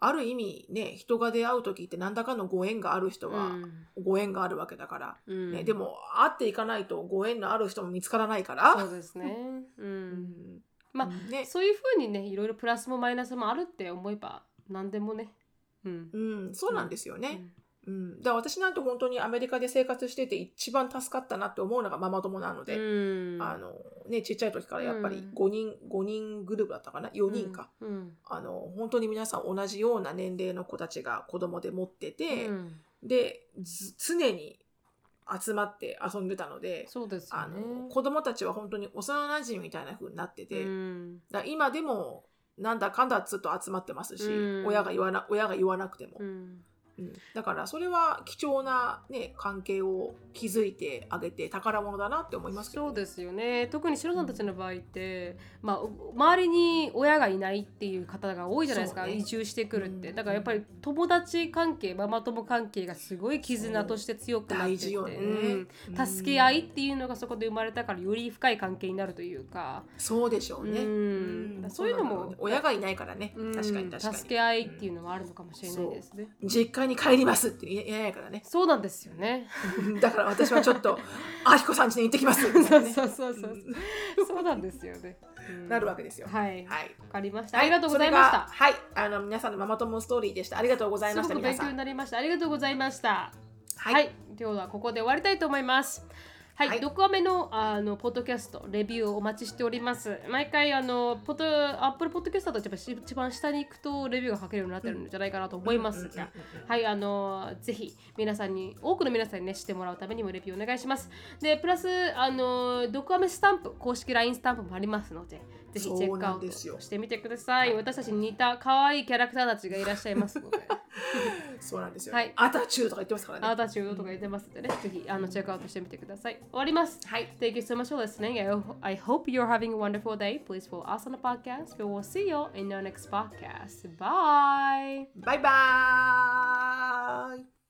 ある意味ね、人が出会う時って何らかのご縁がある人
う
は、
ん
ご縁があるわけだから、
うん
ね。でも会っていかないとご縁のある人も見つからないから。
そうですね。 う、
うんん
まあ
ね、
そういう風にねいろいろプラスもマイナスもあるって思えば何でもね。うん。
うん、そうなんですよね。
うん
うん、だから私なんて本当にアメリカで生活してて一番助かったなって思うのがママ友なので、
うん、
あのねちっちゃい時からやっぱ
う
り
ん
5人、五人グループだったかな4人か、
うん。
あの本当に皆さん同じような年齢の子たちが子供で持って
うん
て、
うん
で、ず常に集まって遊んでたので、
そうですよ
あ
ね
の、子供たちは本当に幼馴染みたいな風になってて、
うん
だから今でも、なんだかんだずっと集まってますし、
うん
親が言わな、親が言わなくても
う。ん
うんだからそれは貴重なね、関係を築いてあげて宝物だなって思いますけど。
そうですよね特に白さんたちの場合って、まあ、お周りに親がいないっていう方が多いじゃないですか、
そうね
移住してくるって、
うん
だからやっぱり友達関係ママ友関係がすごい絆として強くなってて
大事よね。
うん
うん
助け合いっていうのがそこで生まれたからより深い関係になるというか、
そうでしょうね。
うん
ん
そういうのも
なんだろね親がいないからね。
うん
確かに確かに。
助け合いっていうのもあるのかもしれないですね。
実家に帰りますって言え言えないからね。
そうなんですよね。
だから私はちょ っと、あひこさん家に行ってきますみ
そ
たいうな
そう
ね
そうそう。そうなんですよね。うん
なるわけですよ。
はい。わ
はい。
かりました。ありがとうございま
それ
した
が。はい。あの、皆さんのママ友ストーリーでした。ありがとうございますし
ご
た、
く
皆
勉
さ
強に
ん。
なりました。ありがとうございました。
は
はい、ではここで終わりたいと思います。はい、
はい
ドクアメのあのポッドキャストレビューをお待ちしております。毎回あのポトアップルポッドキャストだとやっぱし一番下に行くとレビューが書けるようになってるんじゃないかなと思いますが、はいあのぜひ皆さんに多くの皆さんにねしてもらうためにもレビューお願いします。でプラスあのドクアメスタンプ公式 LINE スタンプもありますので。ぜひチェックアウトしてみてください。私たちに似た可愛いキャラクターたちがいらっしゃいますので。
そうなんですよ。
はい
アタチューとか言ってますからね。
アータチューとか言ってますんでね、ぜひあのチェックアウトしてみてください。終わります。
はい。
Thank you so much for listening. I, ho- I hope you're having a wonderful day. Please follow us on the podcast. We will see you in our next podcast. Bye.
バイバーイ